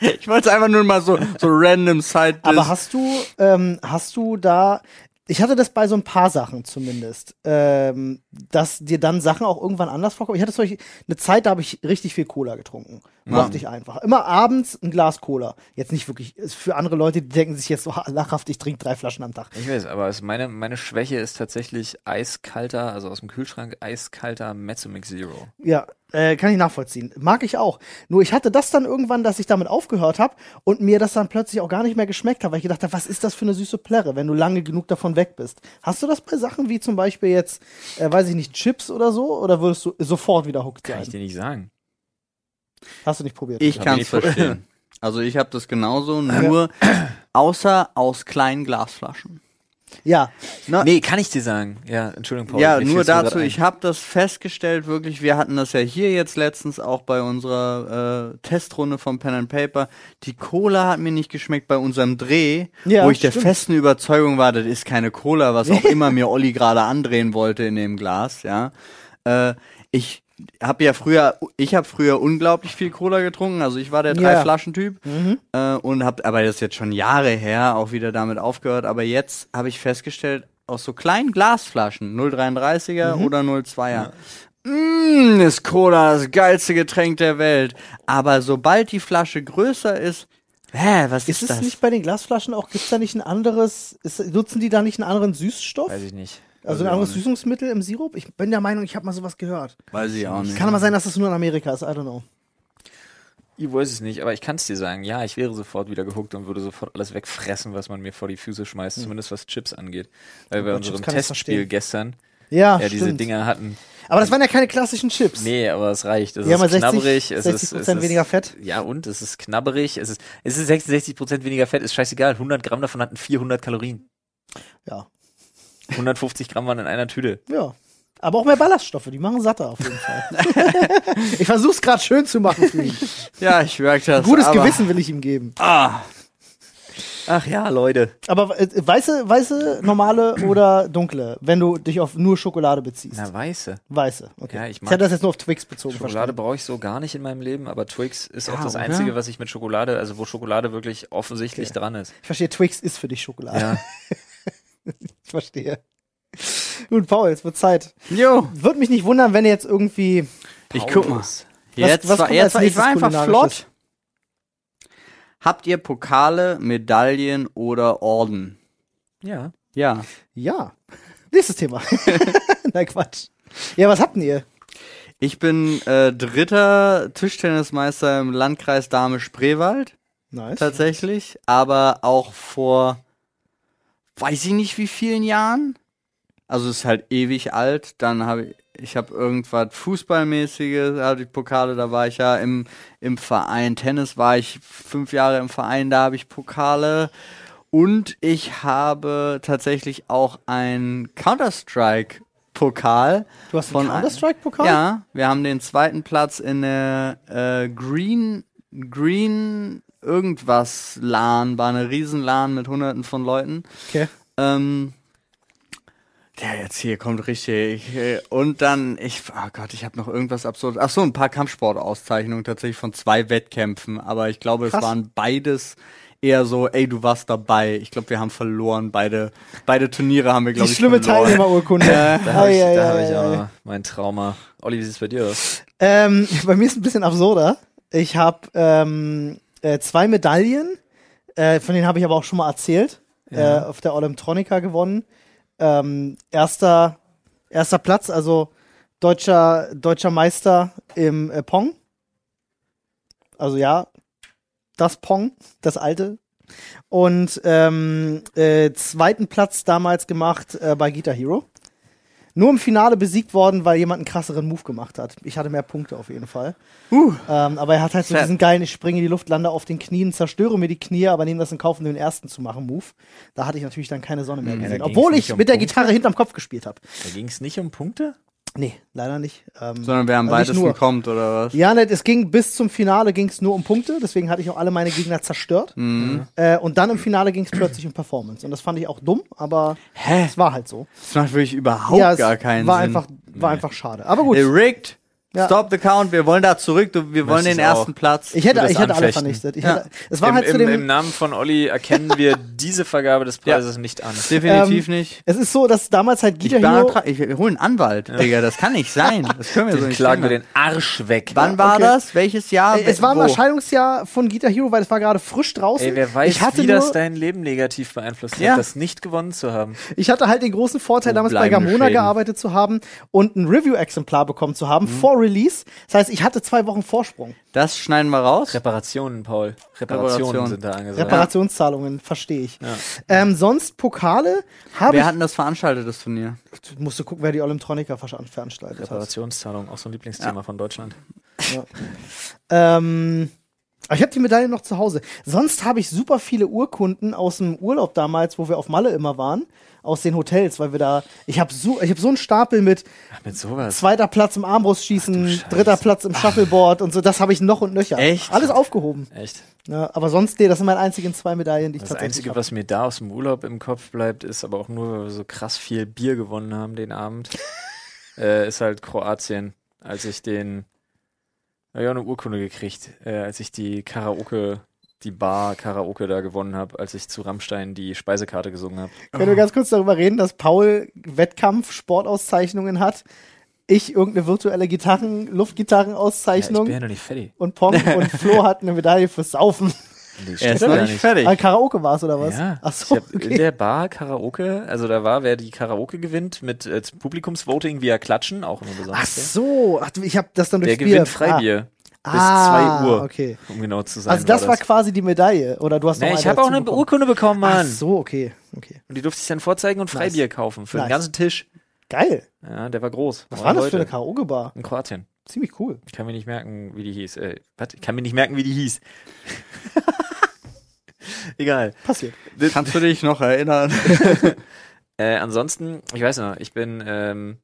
Speaker 2: Ich wollte es einfach nur mal so, so random side
Speaker 3: Aber hast du, ähm, hast du da. Ich hatte das bei so ein paar Sachen zumindest, ähm, dass dir dann Sachen auch irgendwann anders vorkommen. Ich hatte solche, eine Zeit, da habe ich richtig viel Cola getrunken. Mochte ich einfach. Immer abends ein Glas Cola. Jetzt nicht wirklich, ist für andere Leute, die denken sich jetzt so, ha, lachhaft, ich trinke drei Flaschen am Tag.
Speaker 1: Ich weiß, aber es meine, meine Schwäche ist tatsächlich eiskalter, also aus dem Kühlschrank eiskalter Mezzomix Zero.
Speaker 3: Ja, äh, kann ich nachvollziehen. Mag ich auch. Nur ich hatte das dann irgendwann, dass ich damit aufgehört habe und mir das dann plötzlich auch gar nicht mehr geschmeckt hat, weil ich gedacht habe, was ist das für eine süße Plärre, wenn du lange genug davon weg bist. Hast du das bei Sachen wie zum Beispiel jetzt, äh, weiß ich nicht, Chips oder so? Oder würdest du sofort wieder hooked
Speaker 1: Kann ich
Speaker 3: sein?
Speaker 1: dir nicht sagen.
Speaker 3: Hast du nicht probiert?
Speaker 2: Ich
Speaker 1: Hab
Speaker 2: kann
Speaker 1: ich
Speaker 2: es
Speaker 1: nicht
Speaker 2: verstehen. Also ich habe das genauso, nur außer aus kleinen Glasflaschen.
Speaker 3: ja,
Speaker 1: Nee, kann ich dir sagen. Ja, Entschuldigung, Paul.
Speaker 2: ja,
Speaker 1: mir
Speaker 2: nur
Speaker 1: fiel's grad
Speaker 2: dazu,
Speaker 1: ein.
Speaker 2: ich habe das festgestellt, wirklich, wir hatten das ja hier jetzt letztens auch bei unserer äh, Testrunde vom Pen and Paper. Die Cola hat mir nicht geschmeckt bei unserem Dreh,
Speaker 3: Ja,
Speaker 2: wo ich der
Speaker 3: stimmt.
Speaker 2: festen Überzeugung war, das ist keine Cola, was auch immer mir Olli gerade andrehen wollte in dem Glas, ja. Äh, ich habe ja früher, ich habe früher unglaublich viel Cola getrunken, also ich war der drei
Speaker 3: Ja. Mhm.
Speaker 2: Flaschen Typ äh, und habe, aber das ist jetzt schon Jahre her, auch wieder damit aufgehört. Aber jetzt habe ich festgestellt, aus so kleinen Glasflaschen, 0,33er
Speaker 3: Mhm.
Speaker 2: oder 0,2er. Mm, ist Cola das geilste Getränk der Welt. Aber sobald die Flasche größer ist, hä, was ist,
Speaker 3: ist es
Speaker 2: das?
Speaker 3: nicht bei den Glasflaschen auch, gibt's da nicht ein anderes, ist, nutzen die da nicht einen anderen Süßstoff?
Speaker 1: Weiß ich nicht.
Speaker 3: also ein anderes Süßungsmittel im Sirup? Ich bin der Meinung, ich habe mal sowas gehört.
Speaker 2: Weiß ich auch nicht.
Speaker 3: Kann aber sein, dass das nur in Amerika ist, I don't know.
Speaker 1: Ich weiß es nicht, aber ich kann es dir sagen. Ja, ich wäre sofort wieder gehuckt und würde sofort alles wegfressen, was man mir vor die Füße schmeißt, zumindest was Chips angeht. Weil bei
Speaker 3: Hm. Oh Gott,
Speaker 1: unserem
Speaker 3: Chips kann ich
Speaker 1: Testspiel
Speaker 3: verstehen.
Speaker 1: gestern
Speaker 3: Ja,
Speaker 1: ja diese
Speaker 3: stimmt.
Speaker 1: Dinger hatten.
Speaker 3: Aber das waren ja keine klassischen Chips.
Speaker 1: Nee, aber es reicht. Es
Speaker 3: Ja,
Speaker 1: ist
Speaker 3: aber 60
Speaker 1: knabberig. Es
Speaker 3: 60
Speaker 1: ist, es ist,
Speaker 3: Prozent weniger Fett.
Speaker 1: Ja, und es ist knabberig. Es ist, es ist 66 Prozent weniger Fett. Ist scheißegal. 100 Gramm davon hatten 400 Kalorien.
Speaker 3: Ja.
Speaker 1: 150 Gramm waren in einer Tüte.
Speaker 3: Ja. Aber auch mehr Ballaststoffe, die machen satter auf jeden Fall. ich versuch's gerade schön zu machen für ihn.
Speaker 2: Ja, ich merke das.
Speaker 3: Gutes
Speaker 2: aber,
Speaker 3: Gewissen will ich ihm geben.
Speaker 2: Ah.
Speaker 1: Ach ja, Leute.
Speaker 3: Aber äh, weiße, weiße, normale oder dunkle, wenn du dich auf nur Schokolade beziehst.
Speaker 1: Na, weiße.
Speaker 3: Weiße, okay.
Speaker 1: Ja, ich
Speaker 3: ich
Speaker 1: mag-
Speaker 3: hatte das jetzt nur auf Twix bezogen
Speaker 1: Schokolade
Speaker 3: verstanden.
Speaker 1: brauche ich so gar nicht in meinem Leben, aber Twix ist auch das
Speaker 2: oder?
Speaker 1: Einzige, was ich mit Schokolade, also wo Schokolade wirklich offensichtlich dran ist.
Speaker 3: Ich verstehe, Twix ist für dich Schokolade.
Speaker 1: Ja.
Speaker 3: Ich verstehe. Gut, Paul, es wird Zeit.
Speaker 2: Jo,
Speaker 3: Würde mich nicht wundern, wenn ihr jetzt irgendwie.
Speaker 2: ich guck mal.
Speaker 3: Was-
Speaker 2: Jetzt,
Speaker 3: was
Speaker 2: war,
Speaker 3: kommt
Speaker 2: jetzt
Speaker 3: als
Speaker 2: war, ich war
Speaker 3: nächstes
Speaker 2: einfach
Speaker 3: kulinarisches?
Speaker 2: flott. Habt ihr Pokale, Medaillen oder Orden?
Speaker 1: Ja.
Speaker 2: Ja.
Speaker 3: Ja. Nächstes Thema. Nein, Quatsch. Ja, was habt denn ihr?
Speaker 2: Ich bin äh, dritter Tischtennismeister im Landkreis Dahme-Spreewald,
Speaker 3: Nice.
Speaker 2: tatsächlich. Aber auch vor, weiß ich nicht wie vielen Jahren. Also ist halt ewig alt. Dann habe ich, ich habe irgendwas Fußballmäßiges, hatte ich Pokale, da war ich ja im, im Verein. Tennis war ich fünf Jahre im Verein, da habe ich Pokale. Und ich habe tatsächlich auch einen Counter-Strike-Pokal.
Speaker 3: Du hast
Speaker 2: Von
Speaker 3: einen
Speaker 2: ein-
Speaker 3: Counter-Strike-Pokal?
Speaker 2: Ja, wir haben den zweiten Platz in der äh, Green Green irgendwas LAN, war eine riesen LAN mit hunderten von Leuten.
Speaker 3: Okay.
Speaker 2: Ähm, ja, jetzt hier kommt richtig. äh, Und dann, ich, oh Gott, ich habe noch irgendwas absurd. Ach so, ein paar Kampfsportauszeichnungen tatsächlich von zwei Wettkämpfen. Aber ich glaube,
Speaker 3: Krass.
Speaker 2: es waren beides eher so, ey, du warst dabei. Ich glaube, wir haben verloren. Beide, beide Turniere haben wir,
Speaker 3: Die
Speaker 2: glaube ich,
Speaker 3: schlimme
Speaker 2: verloren.
Speaker 3: Teilnehmerurkunde. Ja,
Speaker 1: Da habe ich, da hab ich auch mein Trauma. Olli, wie sieht's bei dir aus?
Speaker 3: Ähm, bei mir ist ein bisschen absurder. Ich habe ähm, äh, zwei Medaillen, äh, von denen habe ich aber auch schon mal erzählt, äh, auf der Olymtronica gewonnen. Ähm, erster, erster Platz, also deutscher, deutscher Meister im äh, Pong. Also ja, das Pong, das alte. Und ähm, äh, zweiten Platz damals gemacht äh, bei Guitar Hero. Nur im Finale besiegt worden, weil jemand einen krasseren Move gemacht hat. Ich hatte mehr Punkte auf jeden Fall.
Speaker 2: Uh.
Speaker 3: Ähm, aber er hat halt so
Speaker 2: Sad.
Speaker 3: diesen geilen, ich springe in die Luft, lande auf den Knien, zerstöre mir die Knie, aber nehme das in Kauf, um den ersten zu machen, Move. Da hatte ich natürlich dann keine Sonne mehr gesehen.
Speaker 1: da ging's
Speaker 3: Obwohl
Speaker 1: nicht
Speaker 3: ich
Speaker 1: um
Speaker 3: mit der
Speaker 1: Punkte.
Speaker 3: Gitarre hinterm Kopf gespielt habe.
Speaker 1: Da ging's nicht um Punkte?
Speaker 3: Nee, leider nicht. Ähm,
Speaker 2: Sondern wer am
Speaker 3: Also nicht nur.
Speaker 2: weitesten kommt, oder was?
Speaker 3: ja, ne, es ging bis zum Finale ging es nur um Punkte, deswegen hatte ich auch alle meine Gegner zerstört.
Speaker 1: Mhm.
Speaker 3: Äh, und dann im Finale ging es plötzlich um Performance. Und das fand ich auch dumm, aber
Speaker 2: Hä?
Speaker 3: es war halt so.
Speaker 2: Das macht wirklich überhaupt
Speaker 3: ja, es
Speaker 2: gar keinen
Speaker 3: war
Speaker 2: Sinn.
Speaker 3: einfach war einfach schade. Aber gut.
Speaker 2: Äh, rigged.
Speaker 3: Ja.
Speaker 2: Stop the count. Wir wollen da zurück. Du, wir wollen
Speaker 1: Möchtest
Speaker 2: den
Speaker 1: auch.
Speaker 2: ersten Platz.
Speaker 3: Ich hätte,
Speaker 1: das
Speaker 3: ich hätte alle
Speaker 1: anfechten.
Speaker 3: vernichtet. Ich
Speaker 2: Ja.
Speaker 3: hätte, es war
Speaker 1: Im,
Speaker 3: halt zu
Speaker 1: im,
Speaker 3: dem.
Speaker 1: Im Namen von Olli erkennen wir diese Vergabe des Preises nicht an.
Speaker 2: Definitiv
Speaker 3: ähm,
Speaker 2: nicht.
Speaker 3: es ist so, dass damals halt
Speaker 2: Ich,
Speaker 3: Guitar Hero.
Speaker 2: beantra- ich hole einen Anwalt, Digga. Das kann nicht sein. Das können wir so
Speaker 1: Dann
Speaker 2: nicht
Speaker 1: klagen wir
Speaker 2: ändern.
Speaker 1: den Arsch weg.
Speaker 2: also Wann war
Speaker 3: Okay.
Speaker 2: das? Welches Jahr?
Speaker 3: Äh, Es war im Erscheinungsjahr von Guitar Hero, weil es war gerade frisch draußen.
Speaker 1: Ey, wer weiß,
Speaker 3: ich hatte
Speaker 1: wie das
Speaker 3: nur-
Speaker 1: dein Leben negativ beeinflusst hat,
Speaker 2: Ja.
Speaker 1: das nicht gewonnen zu haben.
Speaker 3: Ich hatte halt den großen Vorteil,
Speaker 2: Wo
Speaker 3: damals bei
Speaker 2: bleiben
Speaker 3: Gamona
Speaker 2: Schäden?
Speaker 3: gearbeitet zu haben und ein Review-Exemplar bekommen zu haben
Speaker 2: Mhm.
Speaker 3: vor Release. Das heißt, ich hatte zwei Wochen Vorsprung.
Speaker 2: Das schneiden wir raus.
Speaker 1: Reparationen, Paul. Reparationen
Speaker 2: Reparation.
Speaker 1: sind da angesagt.
Speaker 3: Reparationszahlungen, verstehe ich. Ähm, sonst Pokale habe
Speaker 2: Wir
Speaker 3: ich.
Speaker 2: hatten das veranstaltet, das Turnier.
Speaker 3: musste gucken, wer die Olymtronica ver- veranstaltet hat.
Speaker 1: Reparationszahlung, auch so ein Lieblingsthema von Deutschland.
Speaker 3: Ähm, aber ich habe die Medaille noch zu Hause. Sonst habe ich super viele Urkunden aus dem Urlaub damals, wo wir auf Malle immer waren, aus den Hotels, weil wir da. Ich habe so, ich habe so einen Stapel mit
Speaker 1: Ach, mit sowas.
Speaker 3: zweiter Platz im Armbrustschießen, dritter Platz
Speaker 1: Ah.
Speaker 3: im Shuffleboard und so. Das habe ich noch und nöcher.
Speaker 2: Echt?
Speaker 3: Alles aufgehoben.
Speaker 1: Echt.
Speaker 3: Ja, aber sonst, nee, das sind meine einzigen zwei Medaillen, die ich
Speaker 1: Das
Speaker 3: tatsächlich
Speaker 1: Einzige,
Speaker 3: habe.
Speaker 1: was mir da aus dem Urlaub im Kopf bleibt, ist aber auch nur, weil wir so krass viel Bier gewonnen haben den Abend, äh, ist halt Kroatien, als ich den, hab ich auch eine Urkunde gekriegt, äh, als ich die Karaoke, die Bar Karaoke da gewonnen habe, als ich zu Rammstein die Speisekarte gesungen habe.
Speaker 3: Können wir ganz kurz darüber reden, dass Paul Wettkampf Sportauszeichnungen hat, ich irgendeine virtuelle Gitarren,
Speaker 1: Ja, ich bin
Speaker 3: Luftgitarrenauszeichnung
Speaker 1: ja noch nicht fertig.
Speaker 3: und Pong und Flo hat eine Medaille fürs Saufen.
Speaker 1: Die steht
Speaker 2: Er ist
Speaker 1: da
Speaker 2: noch
Speaker 1: gar
Speaker 2: nicht fertig.
Speaker 3: Ah, Karaoke war es oder was?
Speaker 1: Ja,
Speaker 3: Ach so,
Speaker 1: ich hab in
Speaker 3: okay.
Speaker 1: der Bar Karaoke, also da war, wer die Karaoke gewinnt, mit äh, Publikumsvoting via Klatschen, auch immer besonders.
Speaker 3: Ach so, ach, du, ich habe das dann
Speaker 1: Der
Speaker 3: durchs Bier.
Speaker 1: gewinnt Freibier.
Speaker 3: ah.
Speaker 1: Bis
Speaker 3: ah,
Speaker 1: 2 Uhr,
Speaker 3: Okay.
Speaker 1: um genau zu sein.
Speaker 3: Also das war quasi die Medaille oder du hast noch
Speaker 1: Nee, ich
Speaker 3: eine
Speaker 1: habe auch
Speaker 3: dazu
Speaker 1: eine
Speaker 3: bekommen.
Speaker 1: Urkunde bekommen, Mann.
Speaker 3: Ach so, okay, okay.
Speaker 1: Und die durfte ich dann vorzeigen und Freibier kaufen für
Speaker 3: Nice.
Speaker 1: den ganzen Tisch.
Speaker 3: Geil.
Speaker 1: Ja, der war groß.
Speaker 3: Was
Speaker 1: Neun
Speaker 3: war das für
Speaker 1: Leute.
Speaker 3: eine Karaoke-Bar?
Speaker 1: In Kroatien.
Speaker 3: Ziemlich cool.
Speaker 1: Ich kann mir nicht merken, wie die hieß. Äh, was? Ich kann mir nicht merken, wie die hieß. Egal.
Speaker 3: Passiert.
Speaker 2: Kannst du dich noch erinnern?
Speaker 1: Äh, ansonsten, ich weiß noch, ich bin ähm,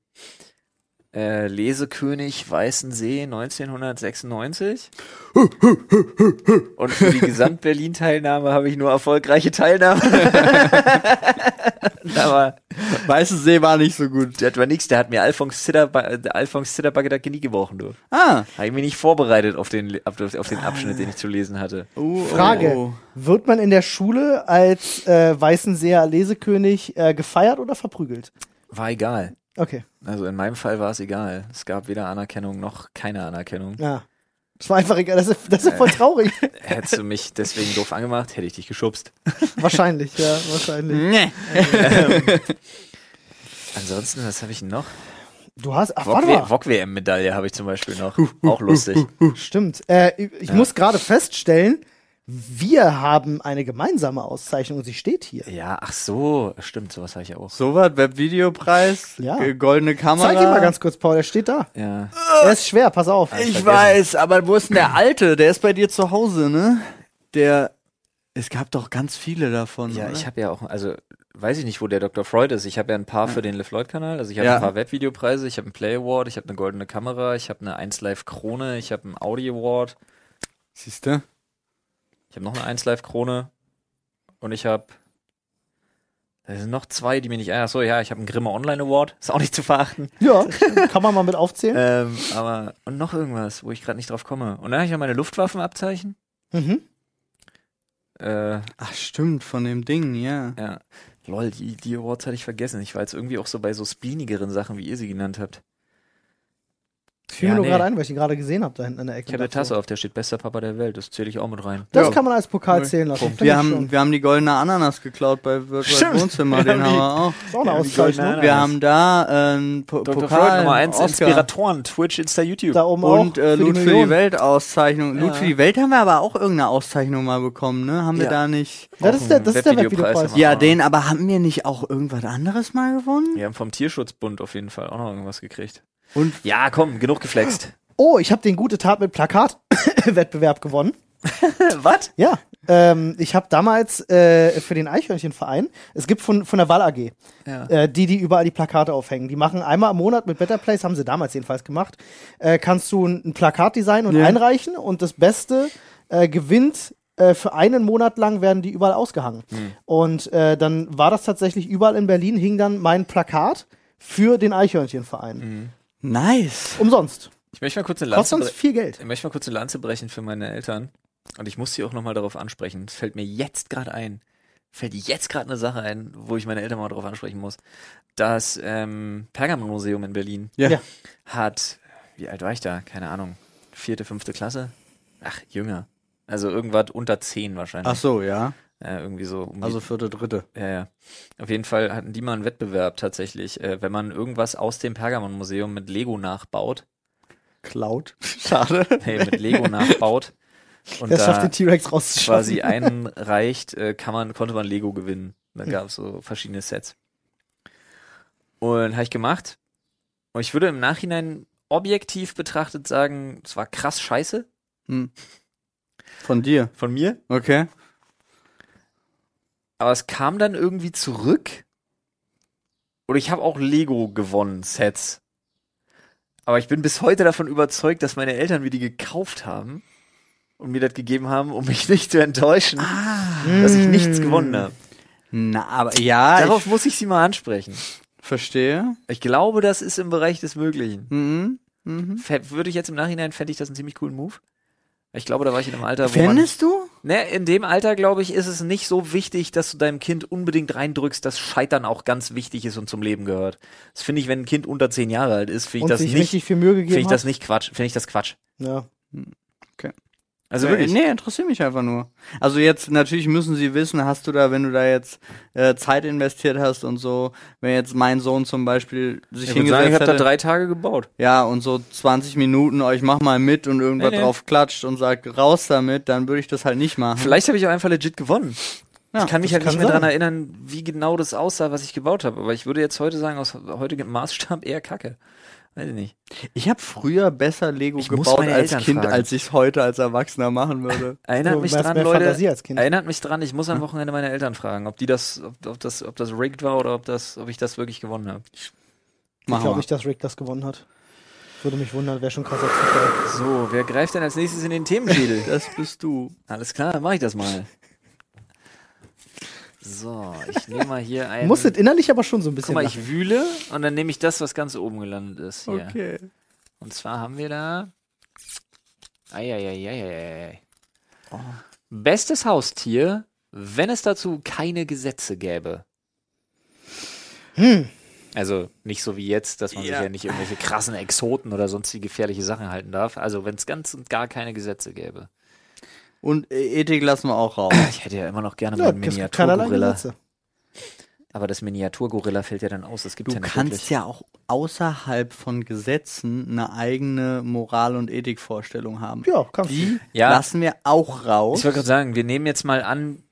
Speaker 1: äh, äh, Lesekönig Weißensee 1996. Und für die Gesamt-Berlin-Teilnahme habe ich nur erfolgreiche Teilnahme. Aber
Speaker 2: Weißes See war nicht so gut.
Speaker 1: das war nix, der hat mir Alphonse Zitterba- der Alphonse Zitterbagger das Knie gebrochen, du.
Speaker 2: Ah.
Speaker 1: Habe ich mich nicht vorbereitet auf den, auf auf den Abschnitt, den ich zu lesen hatte.
Speaker 2: Oh, oh,
Speaker 3: Frage.
Speaker 2: oh.
Speaker 3: Wird man in der Schule als äh, Weißenseer Lesekönig äh, gefeiert oder verprügelt?
Speaker 1: War egal.
Speaker 3: Okay.
Speaker 1: Also in meinem Fall war es egal. Es gab weder Anerkennung noch keine Anerkennung.
Speaker 3: Ja. Das war einfach egal. Das ist, das ist voll traurig.
Speaker 1: Hättest du mich deswegen doof angemacht, hätte ich dich geschubst.
Speaker 3: wahrscheinlich, ja,
Speaker 1: Mhm.
Speaker 3: wahrscheinlich.
Speaker 2: Nee.
Speaker 1: Ansonsten, was habe ich denn noch?
Speaker 3: Du hast. Ach, warte mal.
Speaker 1: Wok-WM-Medaille habe ich zum Beispiel noch. Auch lustig.
Speaker 3: Stimmt. Äh, ich muss gerade feststellen, wir haben eine gemeinsame Auszeichnung und sie steht hier.
Speaker 1: Ja, ach so. Stimmt, sowas habe ich ja auch.
Speaker 2: So was, Webvideopreis,
Speaker 3: Ja.
Speaker 2: ge- goldene Kamera.
Speaker 3: Zeig ihn mal ganz kurz, Paul, der steht da.
Speaker 1: Ja.
Speaker 3: Er ist schwer, pass auf.
Speaker 2: Ich weiß, aber wo ist denn der alte? Der ist bei dir zu Hause, ne? Der. Es gab doch ganz viele davon.
Speaker 1: Ja,
Speaker 2: oder?
Speaker 1: ich habe ja auch, also weiß ich nicht, wo der Dr. Freud ist. Ich habe ja ein paar für den Live Lloyd Kanal. Also ich habe
Speaker 2: Ja.
Speaker 1: ein paar Webvideopreise, ich habe einen Play Award, ich habe eine goldene Kamera, ich habe eine 1 Live Krone, ich habe einen Audi Award,
Speaker 2: Siehst du?
Speaker 1: ich habe noch eine 1 Live Krone und ich habe da sind noch zwei, die mir nicht. ah, Ach so, ja, ich habe einen Grimme Online Award, ist auch nicht zu verachten.
Speaker 3: Ja, kann man mal mit aufzählen.
Speaker 1: ähm, aber und noch irgendwas, wo ich gerade nicht drauf komme. Und dann habe ich noch meine Luftwaffenabzeichen.
Speaker 3: Mhm.
Speaker 1: Äh,
Speaker 2: Ach, stimmt, von dem Ding, ja.
Speaker 1: ja. Lol, die, die Awards hatte ich vergessen. Ich war jetzt irgendwie auch so bei so speenigeren Sachen, wie ihr sie genannt habt.
Speaker 3: Fiel mir
Speaker 1: Ja,
Speaker 3: nur
Speaker 1: nee.
Speaker 3: gerade ein, weil ich ihn gerade gesehen habe da hinten an der Ecke.
Speaker 1: Ich habe eine
Speaker 3: Davor.
Speaker 1: Tasse auf, der steht bester Papa der Welt. Das zähle ich auch mit rein.
Speaker 3: Das
Speaker 2: Ja.
Speaker 3: kann man als Pokal
Speaker 2: Cool.
Speaker 3: zählen lassen.
Speaker 2: Wir
Speaker 3: Finde ich
Speaker 2: haben, wir haben die goldene Ananas geklaut bei Virtual Wohnzimmer, den haben wir auch.
Speaker 3: schon. ist auch eine
Speaker 1: goldene
Speaker 3: Auszeichnung.
Speaker 1: Ananas.
Speaker 2: Wir haben da äh, einen po
Speaker 1: Dr. Freud
Speaker 2: Pokal,
Speaker 1: Nummer 1,
Speaker 2: einen Oscar.
Speaker 1: Inspiratoren, Twitch, Insta, YouTube.
Speaker 3: Da oben auch.
Speaker 2: Und äh,
Speaker 3: für die
Speaker 2: Loot für die
Speaker 3: Millionen.
Speaker 2: Welt Auszeichnung. Loot
Speaker 1: Ja.
Speaker 2: für die Welt haben wir aber auch irgendeine Auszeichnung mal bekommen, ne? Haben wir
Speaker 1: Ja.
Speaker 2: da nicht.
Speaker 3: Das ist der, das ist der
Speaker 1: Webvideopreis
Speaker 3: Webvideopreis.
Speaker 1: immer.
Speaker 2: Ja,
Speaker 1: Ah.
Speaker 2: den, aber haben wir nicht auch irgendwas anderes mal gewonnen?
Speaker 1: Wir haben vom Tierschutzbund auf jeden Fall auch noch irgendwas gekriegt.
Speaker 2: Und
Speaker 1: Ja, komm, genug geflext.
Speaker 3: Oh, ich habe den gute Tat mit Plakat Wettbewerb gewonnen.
Speaker 1: Was?
Speaker 3: Ja, ähm, ich habe damals äh, für den Eichhörnchenverein, es gibt von, von der Wall AG,
Speaker 1: Ja.
Speaker 3: äh, die, die überall die Plakate aufhängen. Die machen einmal im Monat mit Better Place, haben sie damals jedenfalls gemacht, äh, kannst du ein, ein Plakat designen und einreichen und das Beste äh, gewinnt. äh, Für einen Monat lang werden die überall ausgehangen.
Speaker 1: Hm.
Speaker 3: Und äh, dann war das tatsächlich überall in Berlin, hing dann mein Plakat für den Eichhörnchenverein.
Speaker 1: Hm.
Speaker 2: nice.
Speaker 3: Umsonst.
Speaker 1: Ich möchte mal kurz eine
Speaker 3: Kostet
Speaker 1: Lanze
Speaker 3: uns
Speaker 1: brechen.
Speaker 3: viel Geld.
Speaker 1: Ich möchte mal kurz eine Lanze brechen für meine Eltern. Und ich muss sie auch nochmal darauf ansprechen. Es fällt mir jetzt gerade ein. Fällt jetzt gerade eine Sache ein, wo ich meine Eltern mal darauf ansprechen muss. Das ähm, Pergamon-Museum in Berlin
Speaker 3: Ja.
Speaker 1: hat, wie alt war ich da? Keine Ahnung. Vierte, fünfte Klasse? Ach, jünger. Also irgendwas unter zehn wahrscheinlich.
Speaker 2: Ach so, ja.
Speaker 1: Äh, irgendwie so. Um die-
Speaker 2: Also vierte, dritte.
Speaker 1: ja, ja. Auf jeden Fall hatten die mal einen Wettbewerb tatsächlich. Äh, wenn man irgendwas aus dem Pergamon-Museum mit Lego nachbaut,
Speaker 2: Cloud. Schade.
Speaker 1: hey, mit Lego nachbaut und
Speaker 3: Das schafft
Speaker 1: da
Speaker 3: den T-Rex rauszuschaffen.
Speaker 1: quasi einreicht, äh, kann man, konnte man Lego gewinnen. Da gab es so verschiedene Sets. Und habe ich gemacht. Und ich würde im Nachhinein objektiv betrachtet sagen, es war krass scheiße
Speaker 2: Hm. Von dir.
Speaker 1: von mir.
Speaker 2: Okay.
Speaker 1: Aber es kam dann irgendwie zurück. Oder ich habe auch Lego gewonnen, Sets. Aber ich bin bis heute davon überzeugt, dass meine Eltern mir die gekauft haben und mir das gegeben haben, um mich nicht zu enttäuschen, dass ich nichts gewonnen habe.
Speaker 2: Na, aber ja,
Speaker 1: Darauf muss ich sie mal ansprechen.
Speaker 2: ich verstehe.
Speaker 1: Ich glaube, das ist im Bereich des Möglichen.
Speaker 2: Mhm. Mhm.
Speaker 1: Fä- Würde ich jetzt im Nachhinein, fände ich das einen ziemlich coolen Move. Ich glaube, da war ich in einem Alter, wo man,
Speaker 2: Fändest du?
Speaker 1: ne, in dem Alter, glaube ich, ist es nicht so wichtig, dass du deinem Kind unbedingt reindrückst, dass Scheitern auch ganz wichtig ist und zum Leben gehört. Das finde ich, wenn ein Kind unter zehn Jahre alt ist, finde ich
Speaker 3: und
Speaker 1: das
Speaker 3: sich
Speaker 1: nicht,
Speaker 3: richtig viel Mühe
Speaker 1: finde
Speaker 3: gegeben
Speaker 1: ich das nicht Quatsch, finde ich das Quatsch.
Speaker 3: hat. Ja.
Speaker 1: Also
Speaker 2: Äh,
Speaker 1: wirklich.
Speaker 2: Nee, interessiert mich einfach nur. Also jetzt, natürlich müssen sie wissen, hast du da, wenn du da jetzt äh, Zeit investiert hast und so, wenn jetzt mein Sohn zum Beispiel
Speaker 1: Ich
Speaker 2: sich
Speaker 1: würde
Speaker 2: hingesetzt
Speaker 1: sagen, ich habe da
Speaker 2: hätte,
Speaker 1: drei Tage gebaut.
Speaker 2: ja, und so 20 Minuten euch mach mal mit und irgendwas
Speaker 1: Nee, nee.
Speaker 2: drauf klatscht und sagt, raus damit, dann würde ich das halt nicht machen.
Speaker 1: Vielleicht habe ich auch einfach legit gewonnen.
Speaker 2: Ja,
Speaker 1: ich kann mich halt
Speaker 3: kann
Speaker 1: nicht mehr
Speaker 3: sein.
Speaker 1: daran erinnern, wie genau das aussah, was ich gebaut habe. Aber ich würde jetzt heute sagen, aus heutigem Maßstab eher Kacke. Weiß ich nicht.
Speaker 2: Ich habe früher besser Lego
Speaker 1: Ich muss
Speaker 2: gebaut
Speaker 1: meine
Speaker 2: als
Speaker 1: Eltern
Speaker 2: Kind,
Speaker 1: fragen.
Speaker 2: als ich es heute als Erwachsener machen würde.
Speaker 1: Erinnert
Speaker 3: So,
Speaker 1: mich
Speaker 3: mehr-
Speaker 1: dran,
Speaker 3: mehr
Speaker 1: Leute.
Speaker 3: Fantasie als Kind. Hm.
Speaker 1: Erinnert mich dran, ich muss am Wochenende meine Eltern fragen, ob die das, ob, ob das, ob das rigged war oder ob das, ob ich das wirklich gewonnen habe.
Speaker 3: Ich
Speaker 2: Machen
Speaker 3: glaube
Speaker 2: wir.
Speaker 3: nicht, dass Rick das gewonnen hat. Würde mich wundern, wäre schon krasser Zufall.
Speaker 1: So, wer greift denn als nächstes in den Themenschädel?
Speaker 2: Das bist du.
Speaker 1: Alles klar, dann mache ich das mal. So, ich nehme mal hier einen.
Speaker 3: Muss es ne? innerlich aber schon so ein bisschen
Speaker 1: Ähm, Guck mal,
Speaker 3: lachen.
Speaker 1: ich wühle und dann nehme ich das, was ganz oben gelandet ist. Hier.
Speaker 2: Okay.
Speaker 1: Und zwar haben wir da. Eieieiei. Oh. Bestes Haustier, wenn es dazu keine Gesetze gäbe.
Speaker 3: Hm.
Speaker 1: Also nicht so wie jetzt, dass man
Speaker 2: Ja.
Speaker 1: sich ja nicht irgendwelche krassen Exoten oder sonstige gefährliche Sachen halten darf. Also wenn es ganz und gar keine Gesetze gäbe.
Speaker 2: Und äh, Ethik lassen wir auch raus.
Speaker 1: Ich hätte ja immer noch gerne
Speaker 3: Ja,
Speaker 1: mal einen
Speaker 3: es gibt keinerlei
Speaker 1: Miniaturgorilla.
Speaker 3: Gesetze.
Speaker 1: Aber das Miniaturgorilla fällt ja dann aus. Das gibt
Speaker 2: Du
Speaker 1: ja nicht
Speaker 2: kannst
Speaker 1: wirklich.
Speaker 2: ja auch außerhalb von Gesetzen eine eigene Moral- und Ethikvorstellung haben.
Speaker 3: Ja, kannst
Speaker 2: Die
Speaker 1: Ja.
Speaker 2: lassen wir auch raus.
Speaker 1: Ich wollte gerade sagen, wir nehmen jetzt mal an,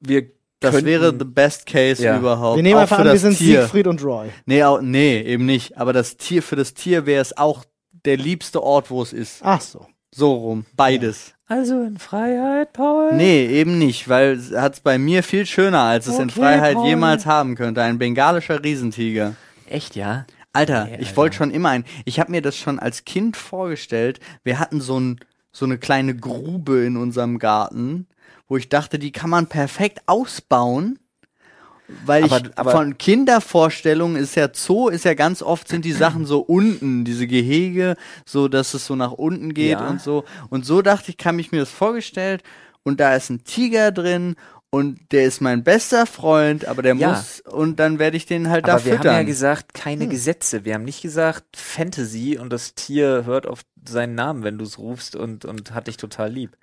Speaker 1: wir
Speaker 2: Das
Speaker 1: könnten,
Speaker 2: wäre the best case
Speaker 1: Ja.
Speaker 2: überhaupt.
Speaker 3: Wir nehmen
Speaker 2: auch
Speaker 3: einfach
Speaker 2: für
Speaker 3: an, wir
Speaker 2: das
Speaker 3: sind
Speaker 2: Tier.
Speaker 3: Siegfried und Roy.
Speaker 2: Nee, auch, nee, eben nicht. Aber das Tier, für das Tier wäre es auch der liebste Ort, wo es ist.
Speaker 3: Ach so.
Speaker 2: So rum. Beides.
Speaker 1: Also in Freiheit, Paul.
Speaker 2: Nee, eben nicht, weil es hat es bei mir viel schöner, als es in
Speaker 1: Okay,
Speaker 2: Freiheit
Speaker 1: Paul.
Speaker 2: jemals haben könnte. Ein bengalischer Riesentiger.
Speaker 1: Echt, ja?
Speaker 2: Alter,
Speaker 1: Nee,
Speaker 2: ich
Speaker 1: Alter.
Speaker 2: wollte schon immer ein. Ich habe mir das schon als Kind vorgestellt. Wir hatten so, ein, so eine kleine Grube in unserem Garten, wo ich dachte, die kann man perfekt ausbauen. Weil
Speaker 1: Aber-
Speaker 2: ich
Speaker 1: aber-
Speaker 2: von Kindervorstellungen ist ja Zoo, ist ja ganz oft sind die Sachen so unten, diese Gehege, so dass es so nach unten geht
Speaker 1: Ja.
Speaker 2: und so. Und so dachte ich, kann ich mir das vorgestellt und da ist ein Tiger drin und der ist mein bester Freund, aber der
Speaker 1: Ja.
Speaker 2: muss und dann werde ich den halt da
Speaker 1: Aber wir
Speaker 2: füttern. Hm.
Speaker 1: haben ja gesagt, keine Gesetze. Wir haben nicht gesagt Fantasy und das Tier hört auf seinen Namen, wenn du es rufst und, und hat dich total lieb.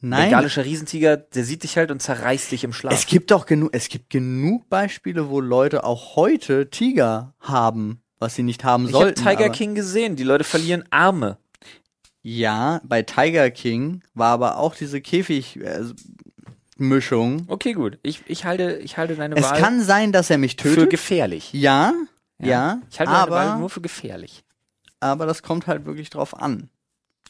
Speaker 1: Bengalischer Riesentiger, der sieht dich halt und zerreißt dich im Schlaf.
Speaker 2: Es gibt doch genug, es gibt genug Beispiele, wo Leute auch heute Tiger haben, was sie nicht haben
Speaker 1: ich habe
Speaker 2: sollten.
Speaker 1: Tiger
Speaker 2: aber-
Speaker 1: King gesehen, die Leute verlieren Arme.
Speaker 2: Ja, bei Tiger King war aber auch diese äh, Käfig-Mischung.
Speaker 1: Okay, gut. Ich, ich, halte, ich halte deine
Speaker 2: es
Speaker 1: Wahl
Speaker 2: kann sein, dass er mich
Speaker 1: für
Speaker 2: tötet.
Speaker 1: gefährlich.
Speaker 2: Ja, ja,
Speaker 1: Ich halte deine Wahl nur
Speaker 2: aber,
Speaker 1: für gefährlich.
Speaker 2: aber das kommt halt wirklich drauf an.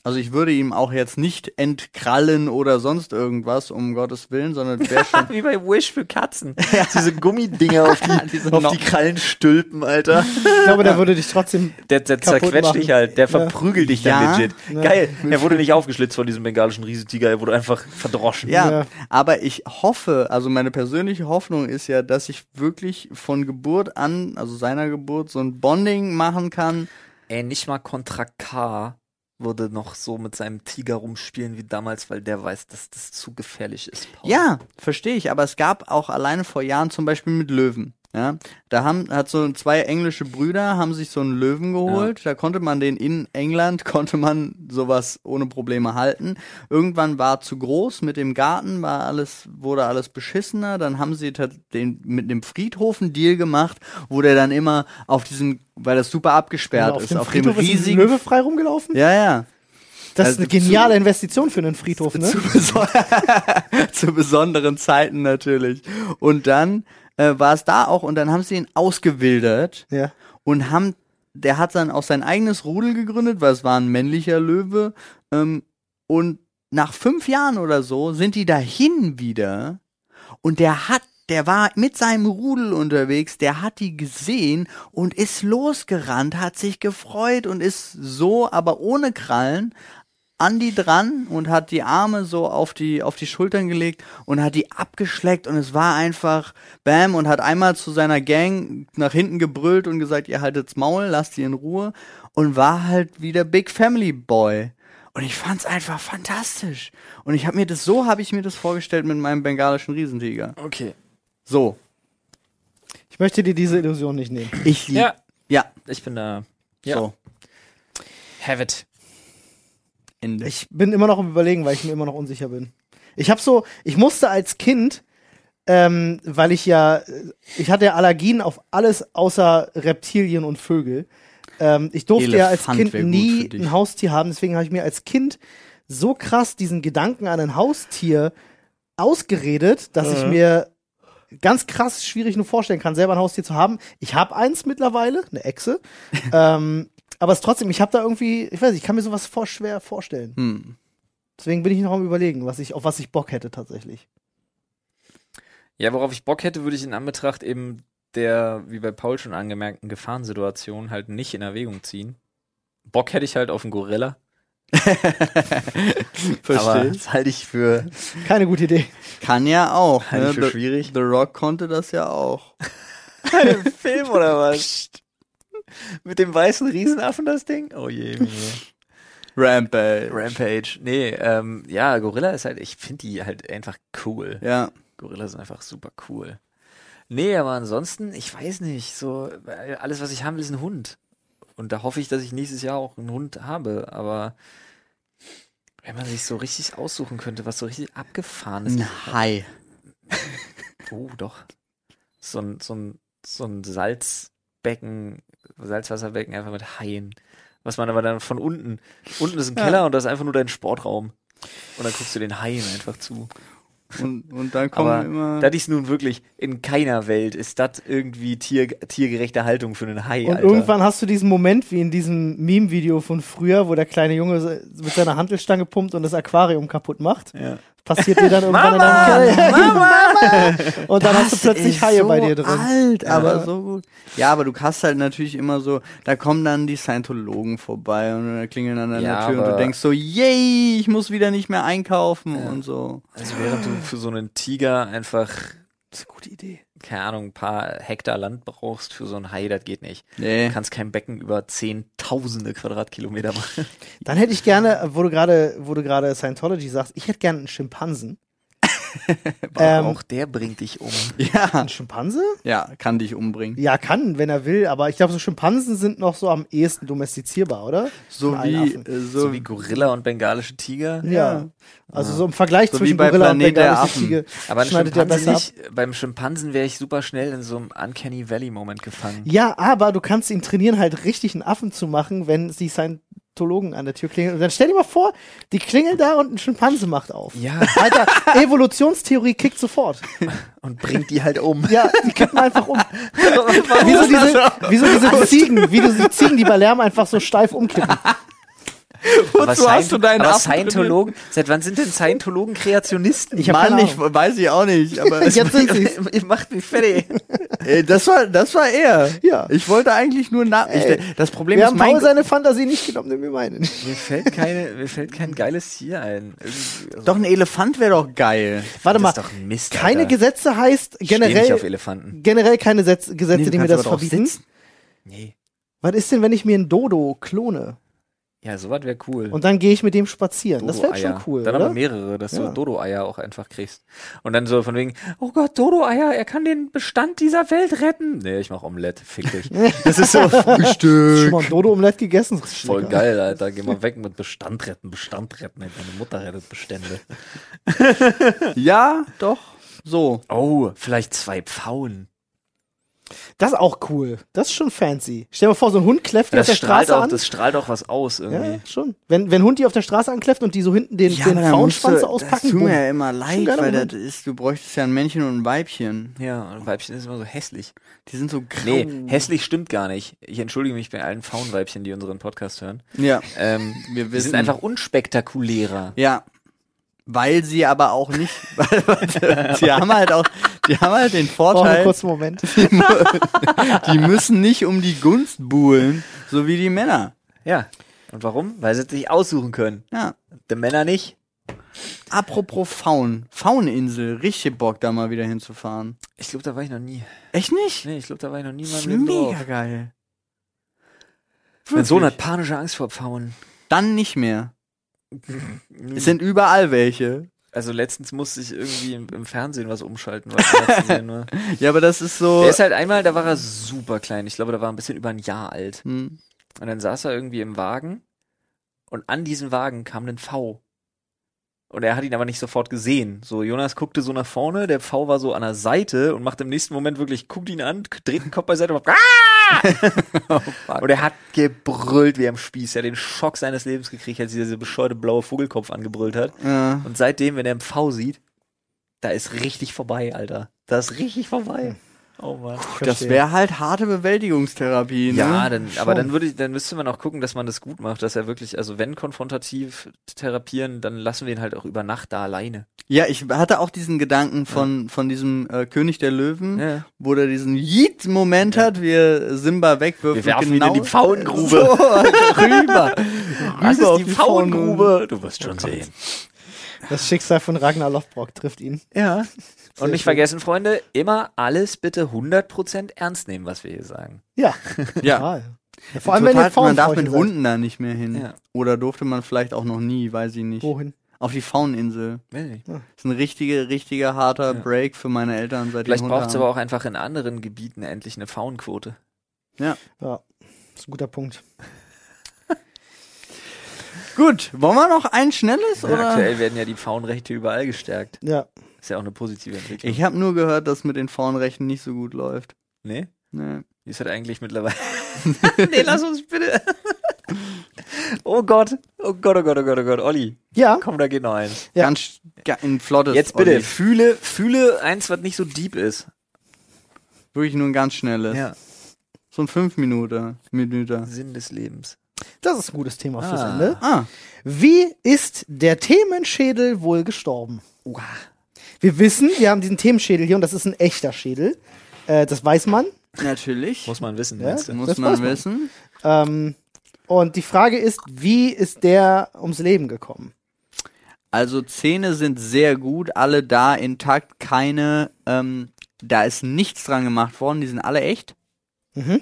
Speaker 2: Also ich würde ihm auch jetzt nicht entkrallen oder sonst irgendwas, um Gottes Willen, sondern wäre schon.
Speaker 1: Wie bei Wish für Katzen.
Speaker 5: Diese Gummidinger auf die,
Speaker 2: Diese
Speaker 5: auf
Speaker 2: Noppen.
Speaker 5: die Krallen stülpen, Alter.
Speaker 3: Ich glaube, der würde dich trotzdem.
Speaker 1: Der, der
Speaker 3: Kaputt
Speaker 1: zerquetscht
Speaker 3: machen.
Speaker 1: dich halt, der
Speaker 3: Ja.
Speaker 1: verprügelt dich
Speaker 2: Ja.
Speaker 1: dann legit.
Speaker 3: Ja.
Speaker 1: Geil. Er wurde nicht aufgeschlitzt von diesem bengalischen Riesentiger, er wurde einfach verdroschen.
Speaker 2: Ja,
Speaker 3: Ja.
Speaker 2: aber ich hoffe, also meine persönliche Hoffnung ist ja, dass ich wirklich von Geburt an, also seiner Geburt, so ein Bonding machen kann.
Speaker 1: Ey, nicht mal Contra K würde noch so mit seinem Tiger rumspielen wie damals, weil der weiß, dass das zu gefährlich ist. Paul.
Speaker 2: Ja, verstehe ich, aber es gab auch alleine vor Jahren zum Beispiel mit Löwen. Ja, da haben hat so zwei englische Brüder haben sich so einen Löwen geholt. Da konnte man den in England konnte man sowas ohne Probleme halten. Irgendwann war zu groß mit dem Garten, war alles wurde alles beschissener. Dann haben sie tat- den mit dem Friedhof einen Deal gemacht, wo der dann immer auf diesem, weil das super abgesperrt
Speaker 3: Genau, auf
Speaker 2: ist,
Speaker 3: dem
Speaker 2: auf dem
Speaker 3: Friedhof ist ein
Speaker 2: riesigen.
Speaker 3: Löwe frei rumgelaufen?
Speaker 2: ja, ja.
Speaker 3: Das
Speaker 2: Also
Speaker 3: ist eine
Speaker 2: zu-
Speaker 3: geniale Investition für einen Friedhof, ne?
Speaker 2: Zu, beso- zu besonderen Zeiten natürlich. Und dann äh, war es da auch und dann haben sie ihn ausgewildert
Speaker 3: Ja.
Speaker 2: und haben, der hat dann auch sein eigenes Rudel gegründet, weil es war ein männlicher Löwe. Ähm, und nach fünf Jahren oder so sind die dahin wieder und der hat der war mit seinem Rudel unterwegs, der hat die gesehen und ist losgerannt, hat sich gefreut und ist so, aber ohne Krallen, an die dran und hat die Arme so auf die, auf die Schultern gelegt und hat die abgeschleckt und es war einfach Bam und hat einmal zu seiner Gang nach hinten gebrüllt und gesagt, ihr haltet's Maul, lasst die in Ruhe und war halt wieder Big Family Boy. Und ich fand's einfach fantastisch. Und ich habe mir das, so habe ich mir das vorgestellt mit meinem bengalischen Riesentiger.
Speaker 1: Okay.
Speaker 2: So.
Speaker 3: Ich möchte dir diese Illusion nicht nehmen.
Speaker 2: Ich lieb-
Speaker 1: Ja,
Speaker 2: Ja.
Speaker 1: ich bin da. Ja.
Speaker 2: So.
Speaker 1: Have it.
Speaker 2: Ende.
Speaker 3: Ich bin immer noch am Überlegen, weil ich mir immer noch unsicher bin. Ich habe so, ich musste als Kind, ähm, weil ich ja, äh, ich hatte ja Allergien auf alles außer Reptilien und Vögel. Ähm, ich durfte ja
Speaker 2: Elefant
Speaker 3: als
Speaker 2: wär gut
Speaker 3: Kind nie
Speaker 2: für dich.
Speaker 3: ein Haustier haben, deswegen habe ich mir als Kind so krass diesen Gedanken an ein Haustier ausgeredet, dass
Speaker 2: Mhm.
Speaker 3: ich mir ganz krass schwierig nur vorstellen kann, selber ein Haustier zu haben. Ich habe eins mittlerweile, eine Echse. ähm, aber es trotzdem, ich habe da irgendwie, ich weiß nicht, ich kann mir sowas vor schwer vorstellen.
Speaker 2: Hm.
Speaker 3: Deswegen bin ich noch am überlegen, was ich, auf was ich Bock hätte tatsächlich.
Speaker 1: Ja, worauf ich Bock hätte, würde ich in Anbetracht eben der, wie bei Paul schon angemerkten Gefahrensituation halt nicht in Erwägung ziehen. Bock hätte ich halt auf einen Gorilla. Aber
Speaker 2: Verstehe.
Speaker 1: das halte ich für,
Speaker 3: Keine gute Idee.
Speaker 2: Kann ja auch.
Speaker 1: halte
Speaker 2: Ne?
Speaker 1: ich für
Speaker 2: The,
Speaker 1: schwierig.
Speaker 2: The Rock konnte das ja auch.
Speaker 1: Einen Film oder was? Mit dem weißen Riesenaffen das Ding? Oh je.
Speaker 2: Rampage.
Speaker 1: Rampage. Nee, ähm, ja, Gorilla ist halt, ich finde die halt einfach cool.
Speaker 2: ja.
Speaker 1: Gorillas sind einfach super cool. Nee, aber ansonsten, ich weiß nicht, so, weil alles, was ich haben will, ist ein Hund. Und da hoffe ich, dass ich nächstes Jahr auch einen Hund habe, aber wenn man sich so richtig aussuchen könnte, was so richtig abgefahren ist.
Speaker 2: Ein Hai.
Speaker 1: Oh, doch. So ein, so ein, so ein Salzbecken, Salzwasserbecken einfach mit Haien. Was man aber dann von unten, unten ist ein Keller und da ist einfach nur dein Sportraum. Und dann guckst du den Haien einfach zu.
Speaker 2: Und, und dann kommen
Speaker 1: Aber
Speaker 2: immer.
Speaker 1: das ist nun wirklich, in keiner Welt ist das irgendwie tier, tiergerechte Haltung für einen Hai,
Speaker 3: Und
Speaker 1: Alter.
Speaker 3: irgendwann hast du diesen Moment wie in diesem Meme-Video von früher, wo der kleine Junge se- mit seiner Handelstange pumpt und das Aquarium kaputt macht. Passiert dir dann irgendwann in deinem Keller. Und dann hast du plötzlich
Speaker 2: ist
Speaker 3: Haie
Speaker 2: so
Speaker 3: bei dir drin.
Speaker 2: Alt, aber
Speaker 3: Ja.
Speaker 2: so gut. Ja, aber du hast halt natürlich immer so, da kommen dann die Scientologen vorbei und dann klingeln an deiner
Speaker 1: Ja,
Speaker 2: Tür und
Speaker 1: aber-
Speaker 2: du denkst so, yay, ich muss wieder nicht mehr einkaufen und so.
Speaker 1: Also während du für so einen Tiger einfach,
Speaker 2: Das ist eine gute Idee.
Speaker 1: keine Ahnung, ein paar Hektar Land brauchst für so einen Hai, das geht nicht.
Speaker 2: Nee.
Speaker 1: Du kannst kein Becken über zehntausende Quadratkilometer machen.
Speaker 3: Dann hätte ich gerne, äh, wo du gerade, wo du gerade Scientology sagst, ich hätte gerne einen Schimpansen. ähm,
Speaker 1: auch der bringt dich um.
Speaker 2: Ja,
Speaker 3: Ein Schimpanse?
Speaker 2: ja, kann dich umbringen.
Speaker 3: Ja, kann, wenn er will, aber ich glaube, so Schimpansen sind noch so am ehesten domestizierbar, oder?
Speaker 2: So
Speaker 3: Von allen
Speaker 2: wie,
Speaker 3: Affen.
Speaker 2: äh, so,
Speaker 1: So wie Gorilla und bengalische Tiger.
Speaker 3: Ja. Also so im Vergleich
Speaker 2: So wie
Speaker 3: zwischen
Speaker 2: bei
Speaker 3: Gorilla und
Speaker 2: Planet der
Speaker 3: bengalische
Speaker 2: Affen.
Speaker 3: Tiger
Speaker 1: Aber ein
Speaker 3: schneidet er
Speaker 1: Schimpanse
Speaker 3: besser ab.
Speaker 1: nicht, äh, beim Schimpansen wäre ich super schnell in so einem Uncanny Valley Moment gefangen.
Speaker 3: Ja, aber du kannst ihn trainieren, halt richtig einen Affen zu machen, wenn die Scientologen an der Tür klingeln. Und dann stell dir mal vor, die klingeln da und ein Schimpanse macht auf.
Speaker 1: Ja,
Speaker 3: Alter, Evolutionstheorie kickt sofort.
Speaker 1: und bringt die halt um.
Speaker 3: Ja, die kippen einfach um. Wie so diese, wie so diese Ziegen, wie diese Ziegen, die bei Lärm einfach so steif umkippen.
Speaker 2: wozu hast
Speaker 1: Scient-
Speaker 2: du deinen
Speaker 1: aber
Speaker 2: Affen
Speaker 1: Scientologen, seit wann sind denn Scientologen Kreationisten?
Speaker 3: Ich hab
Speaker 2: Mann,
Speaker 3: keine
Speaker 2: ich weiß ich auch nicht, aber
Speaker 3: Jetzt sind sie
Speaker 1: Ihr macht mich fertig.
Speaker 2: äh, das war das war er.
Speaker 3: Ja.
Speaker 2: Ich wollte eigentlich nur nach ich, das Problem
Speaker 3: Wir
Speaker 2: ist
Speaker 3: haben
Speaker 2: mein
Speaker 3: Paul seine Fantasie nicht genommen, nehmen wir meine nicht.
Speaker 1: Mir fällt, keine, mir fällt kein geiles Tier ein. Irgendwie- Also,
Speaker 2: doch ein Elefant wäre doch geil.
Speaker 3: Warte mal,
Speaker 1: Das ist doch Mist,
Speaker 3: keine
Speaker 1: Alter.
Speaker 3: Gesetze heißt
Speaker 1: Ich steh nicht auf
Speaker 3: generell,
Speaker 1: Elefanten.
Speaker 3: generell keine Setz- Gesetze,
Speaker 2: Nee, du
Speaker 3: die mir
Speaker 2: kannst
Speaker 3: das
Speaker 2: aber drauf
Speaker 3: verbieten.
Speaker 2: sitzen.
Speaker 1: Nee.
Speaker 3: Was ist denn, wenn ich mir einen Dodo klone?
Speaker 1: Ja, sowas wäre cool.
Speaker 3: Und dann gehe ich mit dem spazieren. Das wäre
Speaker 1: Dodo-Eier.
Speaker 3: schon cool,
Speaker 1: Dann aber
Speaker 3: oder?
Speaker 1: mehrere, dass
Speaker 3: Ja.
Speaker 1: du Dodo-Eier auch einfach kriegst. Und dann so von wegen, oh Gott, Dodo-Eier, er kann den Bestand dieser Welt retten. Nee, ich mach Omelette, fick dich. Das ist so
Speaker 3: Hast du Schon mal ein Dodo-Omelett gegessen? Das ist
Speaker 1: voll
Speaker 3: lecker.
Speaker 1: geil, Alter. Geh mal weg mit Bestand retten, Bestand retten. ey. Meine Mutter rettet Bestände.
Speaker 2: Ja, doch. So.
Speaker 1: Oh, vielleicht zwei Pfauen.
Speaker 3: Das ist auch cool. Das ist schon fancy. Stell dir mal vor, so ein Hund kläfft die auf
Speaker 1: Das
Speaker 3: der
Speaker 1: strahlt,
Speaker 3: Straße
Speaker 1: auch,
Speaker 3: an.
Speaker 1: das strahlt auch was aus
Speaker 3: ja,
Speaker 1: irgendwie.
Speaker 3: schon. Wenn, wenn ein Hund die auf der Straße ankläfft und die so hinten den, den Faunschwanz auspacken,
Speaker 2: Das tut
Speaker 3: bumm.
Speaker 2: mir ja immer leid,
Speaker 3: geiler
Speaker 2: weil
Speaker 3: Moment.
Speaker 2: das ist, du bräuchtest ja ein Männchen und ein Weibchen.
Speaker 1: Ja. und Weibchen ist immer so hässlich.
Speaker 2: Die sind so grau.
Speaker 1: Nee, hässlich stimmt gar nicht. Ich entschuldige mich bei allen Pfauenweibchen, die unseren Podcast hören.
Speaker 2: Ja,
Speaker 1: Ähm,
Speaker 2: wir wissen.
Speaker 1: die sind einfach unspektakulärer.
Speaker 2: ja. Weil sie aber auch nicht, die haben halt auch, die haben halt den
Speaker 3: Brauch
Speaker 2: Vorteil,
Speaker 3: einen kurzen Moment.
Speaker 2: die müssen nicht um die Gunst buhlen, so wie die Männer.
Speaker 1: Ja. Und warum? Weil sie es sich aussuchen können.
Speaker 2: Ja.
Speaker 1: Die Männer nicht.
Speaker 2: Apropos Faun, Fauninsel, richtig Bock da mal wieder hinzufahren.
Speaker 1: Ich glaube, da war ich noch nie.
Speaker 2: Echt nicht?
Speaker 1: Nee, ich glaube, da war ich noch nie mal
Speaker 2: Das ist
Speaker 1: im
Speaker 2: mega
Speaker 1: Dorf.
Speaker 2: geil.
Speaker 1: Mein Sohn hat
Speaker 2: Wirklich.
Speaker 1: panische Angst vor Pfauen.
Speaker 2: Dann nicht mehr. Es sind überall welche.
Speaker 1: Also letztens musste ich irgendwie im, im Fernsehen was umschalten, weil ich zu sehen ne? war.
Speaker 2: Ja, aber das ist so.
Speaker 1: Der ist halt einmal, da war er super klein. Ich glaube, da war er ein bisschen über ein Jahr alt.
Speaker 2: Hm.
Speaker 1: Und dann saß er irgendwie im Wagen und an diesen Wagen kam ein V. Und er hat ihn aber nicht sofort gesehen. So, Jonas guckte so nach vorne, der V war so an der Seite und macht im nächsten Moment wirklich, guckt ihn an, k- dreht den Kopf beiseite und macht,
Speaker 4: Oh,
Speaker 1: ah! und er hat gebrüllt wie am Spieß. Er hat den Schock seines Lebens gekriegt, als dieser bescheuerte blaue Vogelkopf angebrüllt hat.
Speaker 2: Ja.
Speaker 1: Und seitdem, wenn er einen V sieht, da ist richtig vorbei, Alter. Da ist richtig vorbei.
Speaker 4: Oh Mann.
Speaker 2: Das wäre halt harte Bewältigungstherapie, ne?
Speaker 1: Ja, dann, aber dann würde ich, dann müsste man auch gucken, dass man das gut macht, dass er wirklich, also wenn konfrontativ therapieren, dann lassen wir ihn halt auch über Nacht da alleine.
Speaker 2: Ja, ich hatte auch diesen Gedanken von, von diesem äh, König der Löwen,
Speaker 1: Ja.
Speaker 2: wo der diesen Yeet-Moment hat, wie er Simba wegwirft.
Speaker 1: Wir
Speaker 2: und
Speaker 1: werfen genau
Speaker 2: genau-
Speaker 1: ihn in die Pfauengrube.
Speaker 2: So, rüber.
Speaker 1: Was
Speaker 2: auf
Speaker 1: ist die
Speaker 2: die
Speaker 1: Pfauengrube? Oh Du wirst schon sehen.
Speaker 3: Das Schicksal von Ragnar Lothbrok trifft ihn.
Speaker 2: Ja.
Speaker 1: Und nicht vergessen, Freunde, immer alles bitte 100% ernst nehmen, was wir hier sagen.
Speaker 3: Ja,
Speaker 2: ja.
Speaker 3: total. Vor allem, wenn ihr
Speaker 2: Total, man darf
Speaker 3: Pfauenfrauchen
Speaker 2: mit
Speaker 3: seid.
Speaker 2: Hunden da nicht mehr hin.
Speaker 1: Ja.
Speaker 2: Oder durfte man vielleicht auch noch nie, weiß ich nicht.
Speaker 3: Wohin?
Speaker 2: Auf die Fauninsel.
Speaker 1: Nee.
Speaker 2: Das ist ein richtiger, richtiger harter
Speaker 1: Ja.
Speaker 2: Break für meine Eltern, seit
Speaker 1: Vielleicht
Speaker 2: die
Speaker 1: braucht es aber auch einfach in anderen Gebieten endlich eine Faunquote.
Speaker 3: Ja, ist ein guter Punkt.
Speaker 2: Gut, wollen wir noch ein schnelles? oder?
Speaker 1: Aktuell werden ja die Faunrechte überall gestärkt.
Speaker 3: Ja,
Speaker 1: Ist ja auch eine positive Entwicklung.
Speaker 2: Ich habe nur gehört, dass mit den Frauenrechten nicht so gut läuft. Ne.
Speaker 1: nee?
Speaker 2: Nee.
Speaker 1: Wie ist das eigentlich mittlerweile? nee, lass uns bitte. oh Gott. Oh Gott, oh Gott, oh Gott, oh Gott. Olli,
Speaker 3: ja,
Speaker 1: komm, da geht noch eins.
Speaker 3: Ja.
Speaker 2: Ganz sch- ga- ein flottes.
Speaker 1: Jetzt bitte,
Speaker 2: Olli.
Speaker 1: fühle, fühle eins, was nicht so deep ist.
Speaker 2: Wirklich nur ein ganz schnelles. So ein 5 Minuten. Minute.
Speaker 1: Sinn des Lebens.
Speaker 3: das ist ein gutes Thema fürs
Speaker 1: Ah.
Speaker 3: Ende.
Speaker 2: Ah,
Speaker 3: Wie ist der Themenschädel wohl gestorben?
Speaker 1: Uah.
Speaker 3: Wir wissen, wir haben diesen Themenschädel hier und das ist ein echter Schädel. Äh, das weiß man.
Speaker 2: natürlich.
Speaker 1: Muss man wissen,
Speaker 3: Ja?
Speaker 1: meinst du?
Speaker 2: Muss
Speaker 3: das
Speaker 2: man
Speaker 3: weiß man.
Speaker 2: wissen.
Speaker 3: Ähm, und die Frage ist, wie ist der ums Leben gekommen?
Speaker 2: Also Zähne sind sehr gut, alle da intakt, keine, ähm, da ist nichts dran gemacht worden, die sind alle echt.
Speaker 3: Mhm.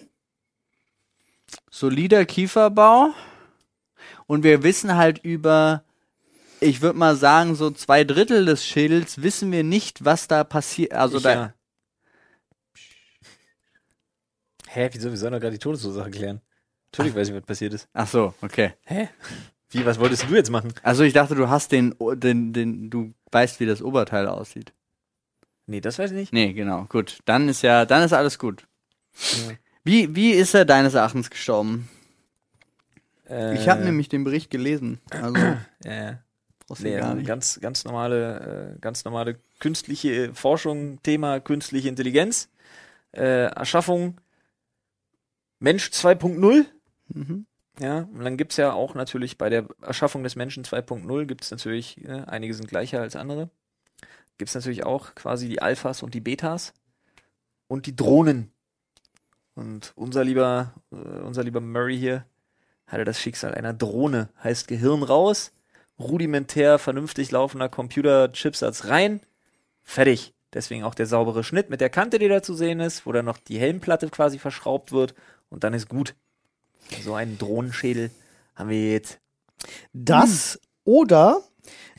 Speaker 2: Solider Kieferbau. Und wir wissen halt über, ich würde mal sagen, so zwei Drittel des Schädels wissen wir nicht, was da passiert. Also
Speaker 1: Ich
Speaker 2: da,
Speaker 1: ja. Hä, wieso? Wir sollen doch gerade die Todesursache klären. Natürlich weiß ich, was passiert ist.
Speaker 2: Ach so, okay.
Speaker 1: Hä? Wie, was wolltest du jetzt machen?
Speaker 2: Also ich dachte, du hast den, O- den, den, du weißt, wie das Oberteil aussieht.
Speaker 1: Nee, das weiß ich nicht.
Speaker 2: Nee, genau, gut. Dann ist ja, dann ist alles gut. Wie, wie ist er deines Erachtens gestorben? Ich habe
Speaker 1: Äh,
Speaker 2: nämlich den Bericht gelesen.
Speaker 1: Ja, ja.
Speaker 2: Also brauchst du
Speaker 1: Nee,
Speaker 2: gar
Speaker 1: also
Speaker 2: nicht.
Speaker 1: ganz, ganz normale, äh, ganz normale künstliche äh, Forschung, Thema künstliche Intelligenz, äh, Erschaffung Mensch 2.0.
Speaker 2: Mhm.
Speaker 1: Ja, und dann gibt's ja auch natürlich bei der Erschaffung des Menschen 2.0 gibt's natürlich, ne, einige sind gleicher als andere. Gibt's natürlich auch quasi die Alphas und die Betas und die Drohnen. Und unser lieber, äh, unser lieber Murray hier hatte das Schicksal einer Drohne, heißt Gehirn raus, rudimentär vernünftig laufender Computer-Chipsatz rein, fertig. Deswegen auch der saubere Schnitt mit der Kante, die da zu sehen ist, wo dann noch die Helmplatte quasi verschraubt wird und dann ist gut. So einen Drohnenschädel haben wir jetzt.
Speaker 3: Das
Speaker 1: Hm.
Speaker 3: oder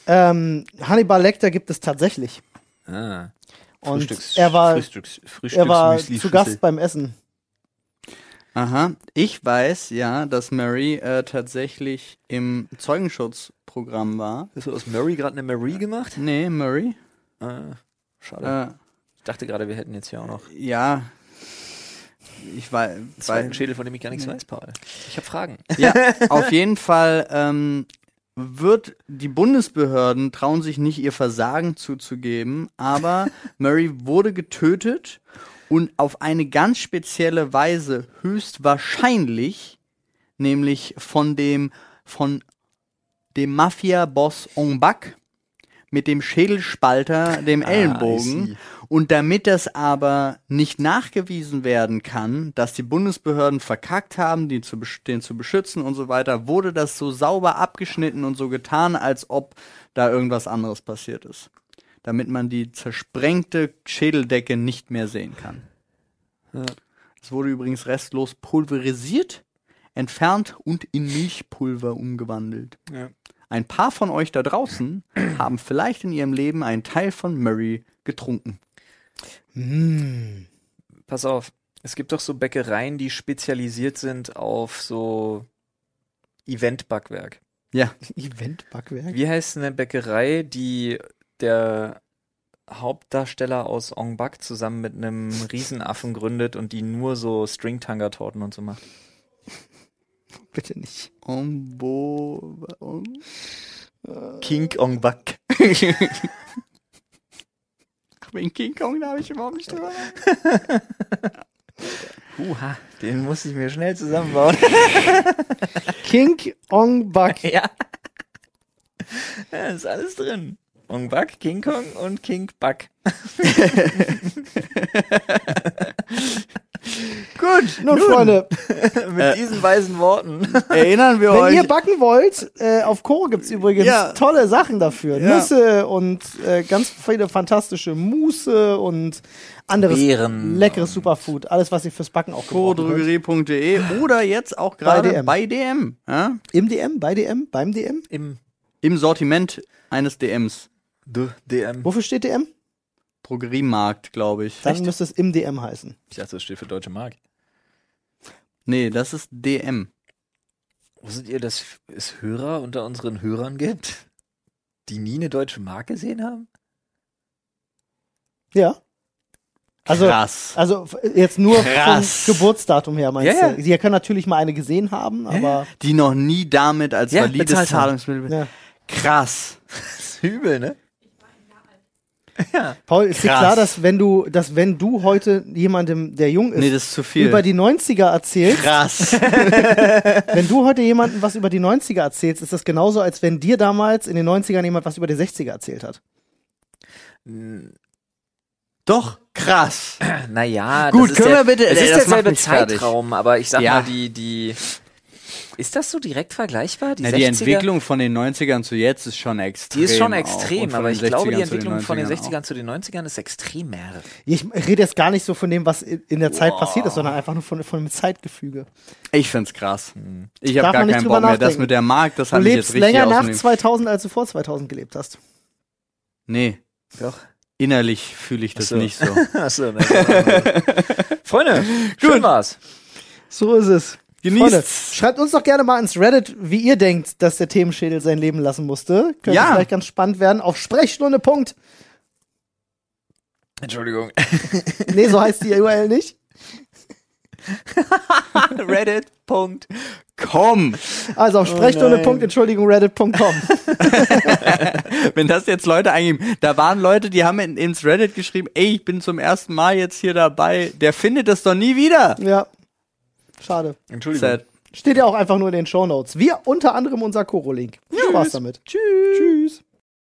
Speaker 3: ähm, Hannibal Lecter gibt es tatsächlich.
Speaker 1: Ah.
Speaker 3: Und er war-
Speaker 1: Frühstücks, Frühstücks
Speaker 3: er war
Speaker 1: Müsli-
Speaker 3: zu Gast
Speaker 1: Schüssel.
Speaker 3: beim Essen.
Speaker 2: Aha. Ich weiß ja, dass Mary äh, tatsächlich im Zeugenschutzprogramm war.
Speaker 1: Hast du aus Murray gerade eine Marie gemacht?
Speaker 2: Nee, Mary.
Speaker 1: Ah, schade.
Speaker 2: Äh,
Speaker 1: Ich dachte gerade, wir hätten jetzt hier auch noch
Speaker 2: ja. Ich weiß.
Speaker 1: einen Schädel, von dem ich gar nichts weiß, Paul. Ich habe Fragen.
Speaker 2: Ja, auf jeden Fall ähm, wird die Bundesbehörden trauen sich nicht ihr Versagen zuzugeben, aber Murray wurde getötet und auf eine ganz spezielle Weise höchstwahrscheinlich, nämlich von dem von dem Mafia-Boss Ongbak mit dem Schädelspalter, dem
Speaker 1: Ah, I see.
Speaker 2: Ellenbogen. Und damit das aber nicht nachgewiesen werden kann, dass die Bundesbehörden verkackt haben, die zu, besch- den zu beschützen und so weiter, wurde das so sauber abgeschnitten und so getan, als ob da irgendwas anderes passiert ist. Damit man die zersprengte Schädeldecke nicht mehr sehen kann. Es wurde übrigens restlos pulverisiert, entfernt und in Milchpulver umgewandelt. Ein paar von euch da draußen haben vielleicht in ihrem Leben einen Teil von Murray getrunken.
Speaker 1: Hm. Pass auf, es gibt doch so Bäckereien, die spezialisiert sind auf so Event-Backwerk.
Speaker 2: Ja,
Speaker 3: Event-Backwerk.
Speaker 1: Wie heißt eine Bäckerei, die der Hauptdarsteller aus Ong Bak zusammen mit einem Riesenaffen gründet und die nur so Stringtanger-Torten und so macht?
Speaker 3: Bitte nicht.
Speaker 2: Ombo. Om
Speaker 1: King Ong Bak.
Speaker 2: Wegen King Kong, da habe ich überhaupt nicht drüber nachgedacht.
Speaker 1: Uha, den muss ich mir schnell zusammenbauen.
Speaker 3: King Ong Bak.
Speaker 1: ja. ja. Ist alles drin. Ong Bak, King Kong und King Buck. Gut,
Speaker 3: Nun, Freunde,
Speaker 1: mit diesen weisen Worten.
Speaker 2: Erinnern wir
Speaker 3: wenn
Speaker 2: euch.
Speaker 3: ihr backen wollt, äh, auf Koro gibt's übrigens
Speaker 2: Ja.
Speaker 3: tolle Sachen dafür.
Speaker 2: Ja.
Speaker 3: Nüsse und äh, ganz viele fantastische Muße und anderes
Speaker 1: Beeren
Speaker 3: leckeres Superfood. Alles, was ihr fürs Backen auch braucht.
Speaker 2: Chorodrogerie.de E oder jetzt auch gerade bei DM.
Speaker 3: DM.
Speaker 2: ja?
Speaker 3: Im DM, bei DM, beim DM.
Speaker 1: Im
Speaker 2: Im Sortiment eines DMs.
Speaker 1: D DM.
Speaker 3: Wofür steht DM?
Speaker 2: Drogeriemarkt, glaube ich.
Speaker 3: Dann müsste es im DM heißen.
Speaker 1: Ich dachte, das steht für Deutsche Mark.
Speaker 2: Nee, das ist DM.
Speaker 1: Wusstet ihr, dass es Hörer unter unseren Hörern gibt, die nie eine deutsche Mark gesehen haben?
Speaker 3: Ja. Also,
Speaker 2: Krass.
Speaker 3: also f- jetzt nur
Speaker 2: Krass.
Speaker 3: vom Geburtsdatum her meinst
Speaker 1: Ja, ja.
Speaker 3: du? Sie können natürlich mal eine gesehen haben, aber ne.
Speaker 2: Die noch nie damit als
Speaker 1: Ja,
Speaker 2: valides
Speaker 1: bezahlt haben.
Speaker 2: Zahlungsmittel.
Speaker 3: Ja.
Speaker 2: Krass.
Speaker 1: Das ist übel, ne?
Speaker 3: Paul, ist dir
Speaker 2: Krass.
Speaker 3: klar, dass wenn du, dass wenn du heute jemandem, der jung ist,
Speaker 2: Nee, das ist zu viel.
Speaker 3: über die 90er erzählst,
Speaker 2: Krass.
Speaker 3: wenn du heute jemandem was über die 90er erzählst, ist das genauso, als wenn dir damals in den 90ern jemand was über die 60er erzählt hat.
Speaker 2: Doch, krass.
Speaker 1: Naja,
Speaker 2: Gut,
Speaker 1: das ist
Speaker 2: können
Speaker 1: der,
Speaker 2: wir bitte-
Speaker 1: Es
Speaker 2: ey,
Speaker 1: ist
Speaker 2: das macht
Speaker 1: derselbe
Speaker 2: mich fertig.
Speaker 1: Zeitraum, aber ich sag
Speaker 2: Ja.
Speaker 1: mal, die, die. Ist das so direkt vergleichbar? Die,
Speaker 2: Na, die
Speaker 1: 60er?
Speaker 2: Entwicklung von den 90ern zu jetzt ist schon extrem.
Speaker 1: Die ist schon
Speaker 2: auch. Und
Speaker 1: extrem,
Speaker 2: von
Speaker 1: aber
Speaker 2: den
Speaker 1: ich glaube,
Speaker 2: 60ern
Speaker 1: die
Speaker 2: zu
Speaker 1: Entwicklung von den
Speaker 2: 90ern
Speaker 1: 60ern zu den 90ern ist extremer.
Speaker 3: Ich rede jetzt gar nicht so von dem, was in in der Zeit passiert ist, sondern einfach nur von, von dem Zeitgefüge.
Speaker 2: auch. Ich find's krass. Ich
Speaker 3: Darf
Speaker 2: habe gar
Speaker 3: man nicht
Speaker 2: keinen Bock
Speaker 3: drüber
Speaker 2: mehr. Das
Speaker 3: nachdenken.
Speaker 2: mit der Markt, das
Speaker 3: Du
Speaker 2: hat mich
Speaker 3: lebst
Speaker 2: jetzt richtig
Speaker 3: länger nach
Speaker 2: ausgenommen.
Speaker 3: 2000, als du vor 2000 gelebt hast.
Speaker 2: Nee,
Speaker 1: Doch.
Speaker 2: innerlich fühle ich das
Speaker 1: so.
Speaker 2: nicht so.
Speaker 1: Achso, ne. Freunde, schön war's.
Speaker 3: So ist es. Freunde,
Speaker 2: Genießt.
Speaker 3: schreibt uns doch gerne mal ins Reddit, wie ihr denkt, dass der Themenschädel sein Leben lassen musste. Könnte
Speaker 2: Ja.
Speaker 3: vielleicht ganz spannend werden. Auf Sprechstunde. Punkt.
Speaker 1: Entschuldigung.
Speaker 3: Nee, so heißt die URL nicht.
Speaker 1: Reddit. Punkt.
Speaker 2: Komm,
Speaker 3: Also auf Sprechstunde. Punkt, Entschuldigung, Reddit.com.
Speaker 2: wenn das jetzt Leute eingeben. Da waren Leute, die haben in, ins Reddit geschrieben, ey, ich bin zum ersten Mal jetzt hier dabei. Der findet das doch nie wieder.
Speaker 3: ja. Schade.
Speaker 1: Entschuldigung.
Speaker 2: Sad.
Speaker 3: Steht ja auch einfach nur in den Shownotes. Wir unter anderem unser Koro-Link. Viel Spaß damit. Tschüss. Tschüss.